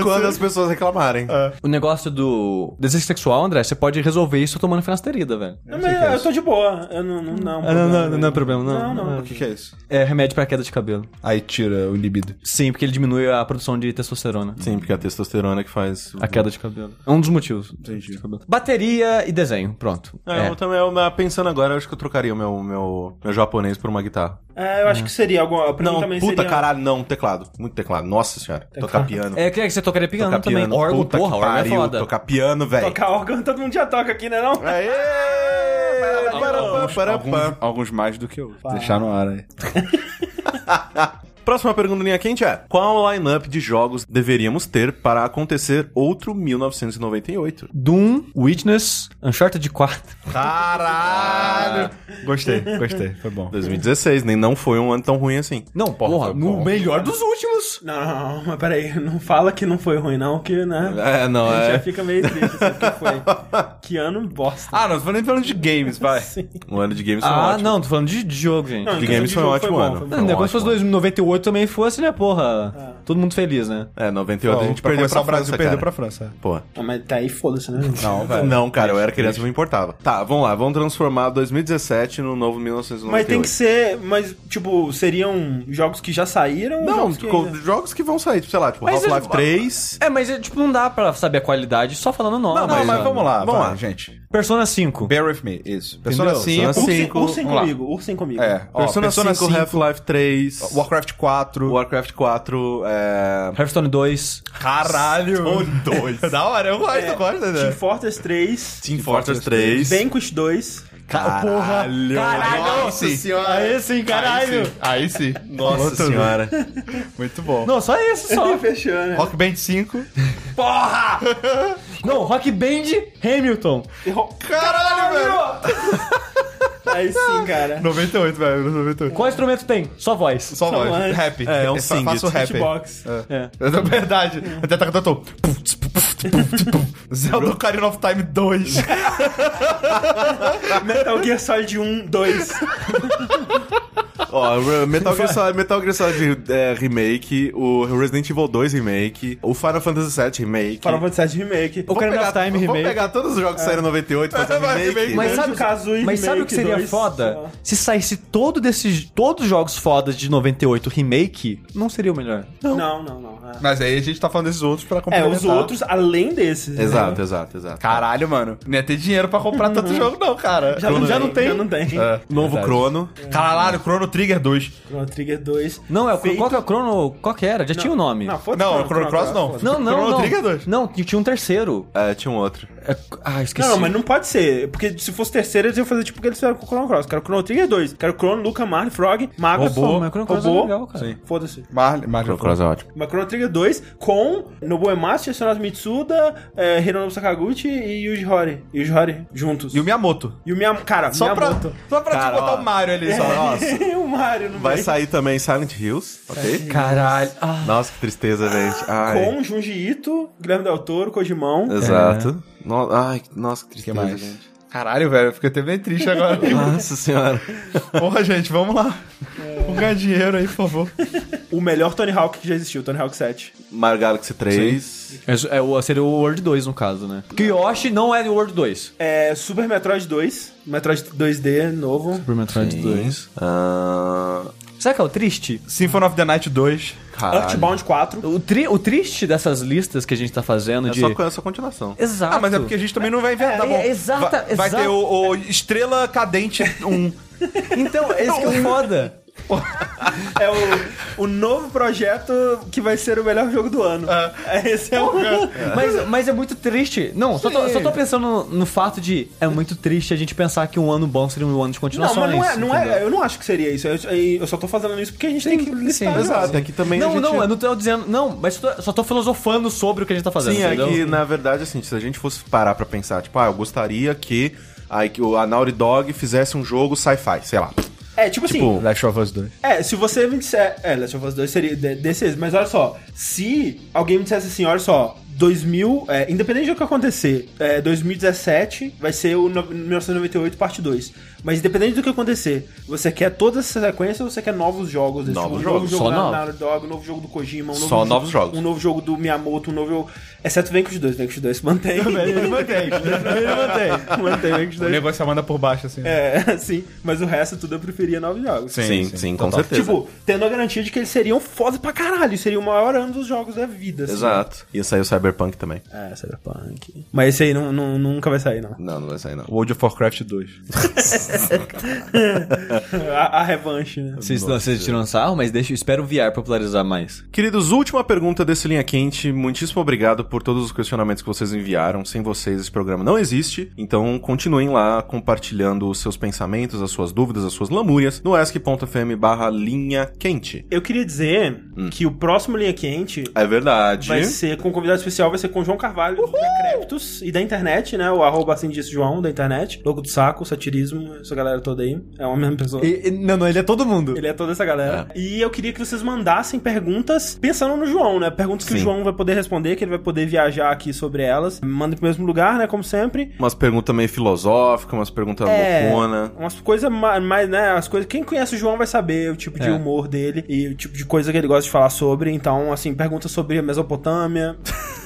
Quando as pessoas reclamarem.
O negócio do desejo sexual, André, você pode resolver isso tomando finasterida, velho.
Não, mas eu é tô de boa. Eu não, não, não,
Ah, não, não, não, não é problema,
Não,
não.
não.
Não.
que é isso?
É remédio pra queda de cabelo.
Aí tira o libido.
Sim, porque ele diminui a produção de testosterona.
Sim, porque a testosterona que faz.
A queda de cabelo. É um dos motivos.
Entendi.
Bateria e desenho, pronto.
É, Eu também, eu, mas pensando agora, eu acho que eu trocaria o meu, meu, meu japonês por uma guitarra.
É, eu acho que seria alguma. Pra mim
Não,
também
puta
seria...
caralho, não, teclado. Muito teclado. Nossa senhora, tocar piano.
É, que é que você tocaria piano
tocar
também.
piano.
Órgão,
puta
porra,
que
órgão é
pariu,
foda.
Tocar piano, velho.
Tocar órgão, todo mundo já toca aqui, né? Não?
Aê!
Alguns,
Parapá, parapá.
alguns- alguns mais do que eu. Deixar no ar aí.
Próxima pergunta do linha quente é: Qual lineup de jogos deveríamos ter para acontecer outro 1998?
Doom, Witness, Uncharted 4.
Caralho! Gostei, gostei. Foi bom.
2016, nem não foi um ano tão ruim assim.
Não, porra,
foi
no
bom.
melhor dos últimos.
Não, não, não, mas peraí, não fala que não foi ruim, não, que, né?
É, não,
Já
é.
fica meio triste, assim, que foi. Que ano bosta.
Ah, não, tô nem falando de games, vai.
Um ano de games foi
Ah,
ótimo.
não, tô falando de de jogo, gente.
Não,
De
Então,
games
de
foi um
jogo foi
ótimo
bom,
ano.
foi bom.
Foi
Não,
um
depois fosse
ótimo ano.
2098 também fosse, né, porra? Todo mundo feliz, né?
É, 98 a gente
Pra
perdeu
começar,
pra
o Brasil
França,
perdeu
cara.
pra França.
Porra.
Ah, mas tá aí, foda-se, né?
Não,
Não, cara, eu era criança e não me importava. Tá, vamos lá, vamos transformar 2017 no novo 1998.
Mas tem que ser. Mas, tipo, seriam jogos que já saíram? ou
Não,
jogos um que é
co-
ainda-
jogos que vão sair, tipo, sei lá, tipo
Mas
Half-Life
eu-
3.
É, mas é, tipo, não dá pra saber a qualidade só falando nome.
Não, mas,
mano.
vamos lá,
Vamos
vamos
lá.
lá, gente.
Persona 5.
Bear with me, isso.
Persona
Persona 5.
Persona
Ursem,
cinco,
ursem
vamos lá.
comigo, ursem comigo.
É, ó,
Persona, 5, Half-Life 3.
Warcraft 4.
Warcraft 4. É...
Hearthstone 2.
Caralho! da hora, eu gosto, eu gosto, né?
Team Fortress 3,
Team Fortress 3.
Vanquish 2.
Caralho! Caralho!
Nossa
senhora!
Aí sim, caralho!
Aí sim.
Nossa senhora.
Muito bom.
Não, só esse, só.
Fechou, né?
Rock Band 5.
Não, Rock Band Hamilton.
Caralho, velho!
Aí sim, cara.
98, velho. 98.
Qual instrumento tem? Só voz.
Só voz.
mais.
Rap.
É, é um
Eu fa-
sing
tipo
faço
it.
rap.
Hitbox.
É.
É da verdade. Até tá cantando. eu tô- Zelda Ocarina of Time 2.
Metal Gear Solid 1, 2.
Ó, Re- Metal Gear Solid, Metal Gear Solid é, Remake, o Resident Evil 2 Remake, o Final Fantasy VII Remake.
Final Fantasy VII Remake.
O Ocarina of Time
Vamos
remake.
pegar todos os jogos que saíram em 98 e fazer um
Vai,
remake.
remake.
né?
Mas
Banjo
sabe,
Kazooie
mas sabe o
Remake
que seria
2, sei
foda?
lá.
Se saísse todo desses, todos os jogos fodas de 98 remake, não seria o melhor.
Não, não, não. é.
Mas aí a gente tá falando desses outros pra
É,
complementar.
os outros, além desses. né?
Exato, exato, exato.
Caralho, mano. Não ia ter dinheiro pra comprar tanto jogo, não, cara.
Já, não-
Crono-
já não tem. Já não tem.
É,
Novo
verdade.
Crono.
Caralho, Chrono Trigger 2.
Chrono Trigger 2.
Não, é o,
Feito-
qual que é o Crono... Qual que era? Já tinha o nome.
Não, foda-se.
Não,
Chrono-
o Chrono Cross não.
foda-se.
não, não.
Chrono
não.
Trigger 2.
Não, que tinha um terceiro.
É, tinha um outro.
É, ah, esqueci.
Não, mas não pode ser. Porque se fosse terceiro, eles iam fazer tipo o que eles fizeram com o Chrono Cross. Quero Chrono Trigger 2. Quero Chrono, Luca, Marley, Frog, Mago,
Robô. Pô, mas o Chrono Cross é legal, cara. Sim.
Foda-se.
Marley, Marley
Chrono Cross é ótimo.
Mas Chrono Trigger 2 com Nobuo Ematsu, Yasunasu Mitsuda, é, Hironobu Sakaguchi e Yuji Horii. Yuji Horii juntos.
E o Miyamoto.
E o Miyam- Cara,
Só pra,
Miyamoto.
só pra
Cara,
te botar
ó.
o Mario ali, só. Nossa.
E o Mario no
Vai
meio.
sair também Silent Hills, ok?
Caralho. Ah,
É. Nossa, que tristeza, gente. Ai.
Com Junji Ito, Guilherme Del Toro, Kojimão.
Exato. No- Ai, nossa, É. que tristeza,
mais?
gente.
Caralho, velho, eu fiquei até bem triste agora.
Nossa senhora.
Porra, gente, vamos lá. Vamos ganhar dinheiro aí, por favor.
O melhor Tony Hawk que já existiu, Tony Hawk 7.
Mario Galaxy 3.
mas é, o- seria o World 2, no caso, né? Porque Yoshi não é do World 2.
É, Super Metroid 2, Metroid 2D novo.
Super Metroid
Sim.
2.
Ah,
Sabe que é o triste?
Symphony of the Night 2.
caralho.
Earthbound 4.
O, tri- o triste dessas listas que a gente tá fazendo
É
de...
só com essa continuação.
Exato.
Ah, mas é porque a gente também não vai inventar.
É,
bom,
é, exata-
vai, vai
exata-
ter o, o Estrela Cadente 1.
Então, esse que é o foda.
É o, o novo projeto que vai ser o melhor jogo do ano. Esse é o.
Mas, mas é muito triste. Não, só tô, só tô pensando no, no fato de... É muito triste a gente pensar que um ano bom seria um ano de
Não,
continuações.
mas não é, não
entendeu?
é. Eu não acho que seria isso. Eu, eu só tô fazendo isso porque a gente tem que listar.
sim.
jogos.
Exato, é que também a
Não,
gente...
não, eu não tô dizendo... Não, mas só tô, só tô filosofando sobre o que a gente tá fazendo,
Sim, é
entendeu?
que, na verdade, assim, se a gente fosse parar pra pensar, tipo, ah, eu gostaria que a, que a Naughty Dog fizesse um jogo sci-fi, sei lá.
É, tipo, assim.
Tipo,
Last of Us 2.
É, se você me disser. É, Last of Us 2 seria de- desses. Mas olha só. Se alguém me dissesse assim, olha só. 2000, é, independente do que acontecer, é, 2017 vai ser o no- 1998 parte 2. Mas independente do que acontecer, você quer todas essas sequências ou você quer novos jogos? desse
Novos
tipo? Um
jogos,
novo jogo
só
da
novos.
Naughty Dog, um novo jogo do Kojima, um novo
Só
jogo-
novos jogos.
Um novo jogo do Miyamoto, um novo jogo... Exceto Vanquish 2, Vanquish 2 mantém.
Ele mantém.
mantém, mantém Vanquish
O
2.
negócio manda por baixo, assim.
É, sim. Mas o resto tudo eu preferia novos jogos.
sim, sim, com
total.
certeza.
Tipo, tendo a garantia de que eles seriam foda pra caralho. Seria o maior ano dos jogos da vida. assim.
Exato. Ia sair o Cyberpunk também.
É, Cyberpunk. Mas esse aí não, não- nunca vai sair, não.
Não, não vai sair, não.
World of Warcraft 2.
A, a revanche, né?
Vocês, não, vocês tiram sarro, mas deixa, eu espero o VR popularizar mais.
Queridos, última pergunta desse Linha Quente. Muitíssimo obrigado por todos os questionamentos que vocês enviaram. Sem vocês, esse programa não existe. Então, continuem lá compartilhando os seus pensamentos, as suas dúvidas, as suas lamúrias no ask.fm barra linha quente.
Eu queria dizer que o próximo Linha Quente
É verdade.
vai ser com um convidado especial, vai ser com o João Carvalho da Creptos e da internet, né? O arroba assim disso João da internet. Louco do saco, satirismo, essa galera toda aí. É uma mesma pessoa.
não, não, ele é todo mundo.
Ele é toda essa galera. E eu queria que vocês mandassem perguntas pensando no João, né? Perguntas que o
Sim.
João vai poder responder, que ele vai poder viajar aqui sobre elas. Manda pro mesmo lugar, né? Como sempre.
Umas perguntas meio filosóficas, umas perguntas
É.
loucona.
umas coisas ma- mais, né? As coisas. Quem conhece o João vai saber o tipo de
É.
humor dele e o tipo de coisa que ele gosta de falar sobre. Então, assim, perguntas sobre a Mesopotâmia.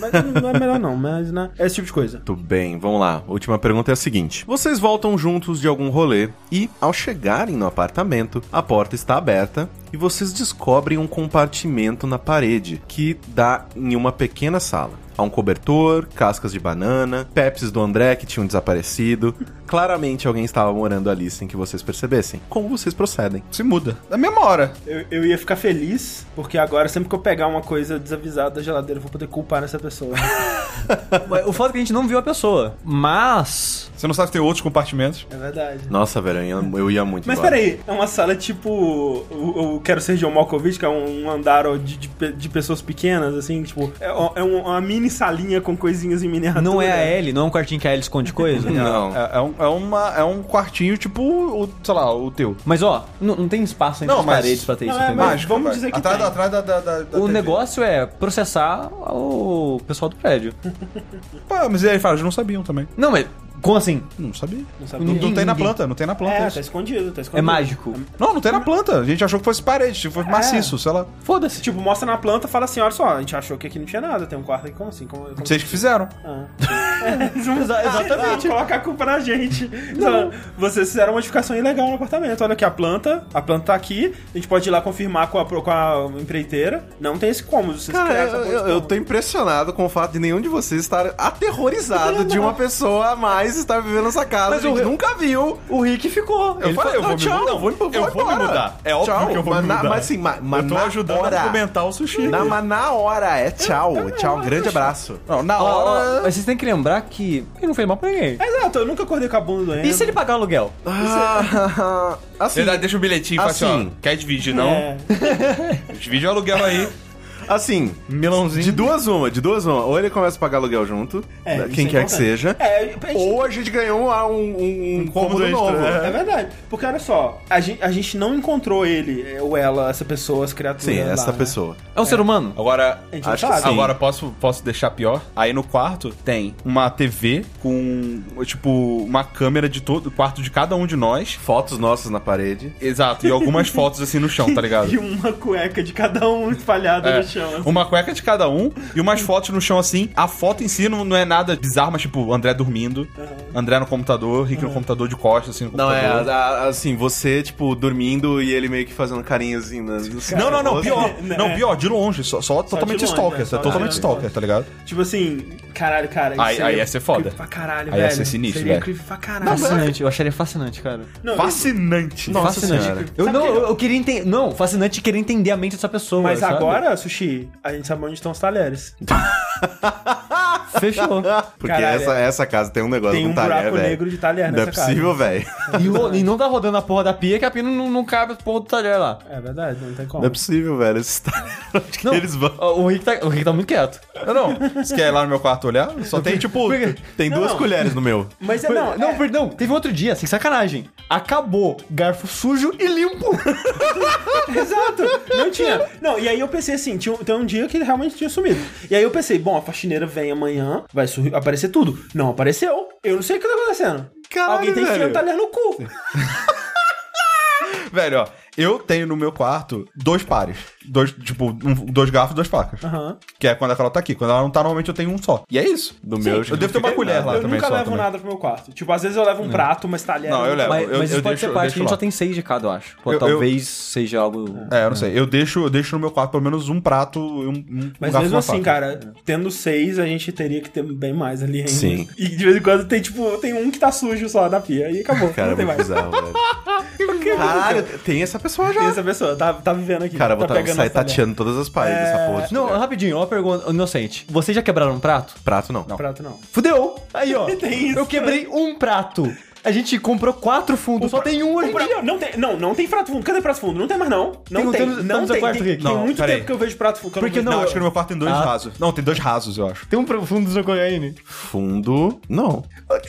mas não é melhor não, mas, né? Esse tipo de coisa.
Muito bem, vamos lá. Última pergunta é a seguinte: Vocês voltam juntos de algum rolê e, ao chegarem no apartamento, a porta está aberta e vocês descobrem um compartimento na parede que dá em uma pequena sala. Há um cobertor, cascas de banana, pepsis do André que tinham desaparecido. Claramente alguém estava morando ali sem que vocês percebessem. Como vocês procedem?
Se muda. Na mesma hora.
Eu, eu ia ficar feliz, porque agora sempre que eu pegar uma coisa desavisada da geladeira, eu vou poder culpar essa pessoa.
Mas O fato é que a gente não viu a pessoa. Mas.
Você não sabe se tem outros compartimentos.
é verdade.
Nossa, velho, eu ia- eu ia muito
Mas
embora.
peraí, é uma sala tipo o, o Quero Ser John Malkovich, que é um andar ó, de, de, pe- de pessoas pequenas, assim, tipo, é, ó, é um- uma mini salinha com coisinhas em miniatura.
Não é a Ellie, não é um quartinho que a Ellie esconde coisa?
Não.
É, é um, é, uma, é um quartinho, tipo, o, sei lá, o teu.
Mas ó, não, não tem espaço entre
Não,
as
mas-
paredes pra ter
não,
isso,
é,
entendeu?
mas- vamos dizer que
atrás,
tem.
da- atrás da, da, da- da
O
TV.
negócio é processar o pessoal do prédio.
Pá, mas ele fala, eles não sabiam também.
Não, mas. Como assim?
Não sabia.
Não
Não,
sabia.
não tem na
Ninguém.
planta, não tem na planta
É,
isso.
tá escondido, tá
É
escondido.
mágico.
Não, não tem na planta. A gente achou que fosse parede, tipo, fosse maciço, sei lá.
Foda-se.
Tipo, mostra na planta e fala assim, olha só, a gente achou que aqui não tinha nada, tem um quarto aqui, como assim? Como, como...
Vocês que fizeram.
Ah. exatamente. Coloca a culpa na gente. Vocês fizeram uma modificação ilegal no apartamento. Olha aqui a planta. A planta tá aqui. A gente pode ir lá confirmar com a, com a empreiteira. Não tem esse cômodo. Vocês
Cara,
criaram
eu,
essa porra de
eu- eu
cômodo.
tô impressionado com o fato de nenhum de vocês estar aterrorizado de uma pessoa a mais mais está vivendo essa casa.
Mas
a gente
o-
nunca viu.
O Rick ficou.
Eu
Ele
falei, eu vou
falou,
me
"Não,
mudar.
Não, vou, vou
eu vou me
embora.
mudar. É óbvio
Tchau.
que eu vou
mas
me
na-
mudar.
mas assim, ma- mas
eu tô
na
ajudando
hora.
a documentar o sushi.
Na, mas na hora, é tchau. tchau, grande abraço.
Não, na
Ó, ó,
hora...
mas vocês têm que lembrar que ele não fez mal pra ninguém.
Exato, eu nunca acordei com a bunda doendo.
E se ele pagar o aluguel?
Ah, assim,
Verdade, deixa um bilhetinho e fala assim,
Assim.
ó, quer dividir,
não?
não? Divide o aluguel aí.
assim,
Milãozinho.
de duas uma, de duas uma. Ou ele começa a pagar aluguel junto, né,
É, isso
quem
é
quer que
importante.
seja.
É, a gente-
Ou a gente ganhou ah, um, um, um cômodo,
cômodo extra,
novo.
né?
É verdade. Porque olha só, a gente, a gente não encontrou ele, é, ou ela, essa pessoa, as criaturas.
Sim,
lá,
essa
né?
pessoa.
É um ser humano?
Agora,
A gente não
Acho que
sabe.
sim.
Agora, posso, posso deixar pior? Aí no quarto tem uma TV com, tipo, uma câmera de todo quarto de cada um de nós.
Fotos nossas na parede.
Exato, e algumas fotos assim no chão, tá ligado?
E uma cueca de cada um espalhada
É,
no chão. assim.
uma cueca de cada um e umas fotos no chão assim. A foto em si não, não é nada bizarro, mas tipo, André dormindo, André no computador, Rick no computador de costas, assim, no
tá
Não, é,
computador.
a- a- assim, você, tipo, dormindo e ele meio que fazendo carinho assim. Nas,
Não, não, não,
rosto.
pior.
Né?
Não, pior, de longe, só, só totalmente
longe,
stalker,
né?
tá?
Só
totalmente
de
stalker,
longe.
tá ligado?
Tipo assim, caralho, cara. isso
Aí-
seria
aí ia ser foda.
creepy Pra caralho,
Aí ia
velho.
ser sinistro,
Seria
velho.
creepy pra caralho.
Fascinante, eu acharia fascinante, cara.
Não,
Fascinante. Tá
Nossa
fascinante.
senhora.
Eu,
Sabe
não,
que-
eu, eu queria entender. Não, fascinante querer entender a mente dessa pessoa.
Mas
sabe?
agora, Sushi, a gente sabe onde estão os talheres.
Fechou.
Porque
Caralho,
essa,
é.
essa casa tem um negócio
Tem
com
um
talher,
buraco
velho.
negro de talher
Não é
nessa casa.
possível, velho.
E, o- e não tá rodando a porra da pia que a pia não- não, não cabe a porra do talher lá.
É verdade, não tem como.
Não é possível, velho. Esses talheres, onde que
Não,
eles vão?
O Rick, tá, o Rick tá muito quieto.
Não, não. Você quer ir lá no meu quarto olhar? Só tem, tipo.
Tem duas
não.
colheres no meu.
Mas é não,
não,
é-
per- não, teve outro dia, sem sacanagem. Acabou garfo sujo e limpo.
Exato, não tinha. Não, e aí eu pensei assim, tinha, um- tem um dia que ele realmente tinha sumido. E aí eu pensei, bom, a faxineira vem amanhã, vai surri- aparecer tudo. Não apareceu. Eu não sei o que tá acontecendo.
Caralho,
Alguém tá enfiando
velho.
talher no cu.
Velho, ó. Eu tenho no meu quarto dois pares. Dois, tipo, um- dois garfos e duas facas.
Aham.
Que é quando a Carol tá aqui. Quando ela não tá, normalmente eu tenho um só. E é isso.
No meu,
eu devo ter uma colher lá
Eu
também.
nunca
só,
levo
também.
nada pro meu quarto. Tipo, às vezes eu
É.
levo um prato, mas talher.
Não, eu levo.
mas,
eu-
mas isso
eu
pode
deixo- deixo
ser parte, que a gente
lá.
só tem seis de cada, eu acho. Ou
Eu- eu-
talvez seja algo...
É, eu não sei. Eu deixo, eu deixo no meu quarto pelo menos um prato e um, um
Mas
garfo e
mesmo
uma
assim,
faca.
cara, tendo seis, a gente teria que ter bem mais ali ainda.
Sim.
E de vez em quando tem, tipo, tem um que tá sujo só na pia. E acabou.
Cara,
não
é
tem
muito
mais.
bizarro, velho. Caralho, tem essa pessoa já.
Tem essa pessoa, tá, tá vivendo aqui.
Cara, eu
tá
vou tá sair
as talher.
tateando todas as paredes
É.
dessa porra. desse
Não,
lugar.
rapidinho, uma pergunta inocente. Vocês já quebraram um prato?
prato não.
Prato não.
Fudeu! Aí, ó.
Tem isso,
eu quebrei um prato. A gente comprou quatro fundos, só tem um hoje em
Pra-
dia.
Não, tem, não, não tem prato fundo. Cadê prato fundo? Não tem mais, não. Não
Tem um-
tem.
temos-
não
estamos
tem.
no quarto,
tem,
Rick.
tem
Não,
muito
peraí.
tempo que eu vejo prato fundo. que eu
Porque
vejo-
Não,
Não,
acho
eu-
que no meu quarto tem dois
Ah.
rasos. Não, tem dois rasos, eu acho.
Tem um fundo do cocaína?
Fundo, não.
Olha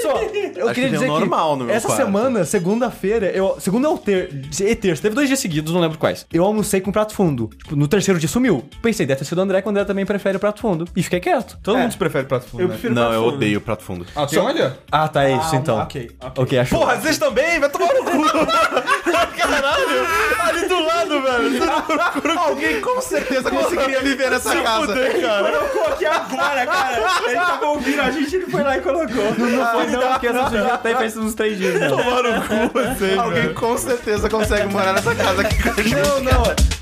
só, eu
Acho que
queria
tem um
dizer
normal
que
no meu
essa
quarto.
semana, segunda-feira, eu segunda ou ter, e terça, teve dois dias seguidos, não lembro quais. Eu almocei com prato fundo. Tipo, no terceiro dia sumiu. Pensei, deve ter sido o André, que o André também prefere o prato fundo. E fiquei quieto. Então,
Todo
É.
mundo se prefere prato fundo.
Eu
né?
prefiro
Não,
prato
eu
fundo.
odeio prato fundo.
Ah, tem um ali?
Ah, tá, é isso
Ah,
então.
ok, ok.
Ok, achou.
Porra, vocês também? Vai tomar no cu. Caralho. Ali do lado, velho.
Alguém com certeza conseguiria viver nessa casa.
Fudeu, cara.
Colocou aqui agora, cara. tá Ele tava ouvindo a gente, ele foi lá e colocou.
Ah, Não foi não, porque essa sujeira até fez uns três dias. né?
Tomar no cu vocês,
Alguém com certeza consegue morar nessa casa aqui.
Não, não.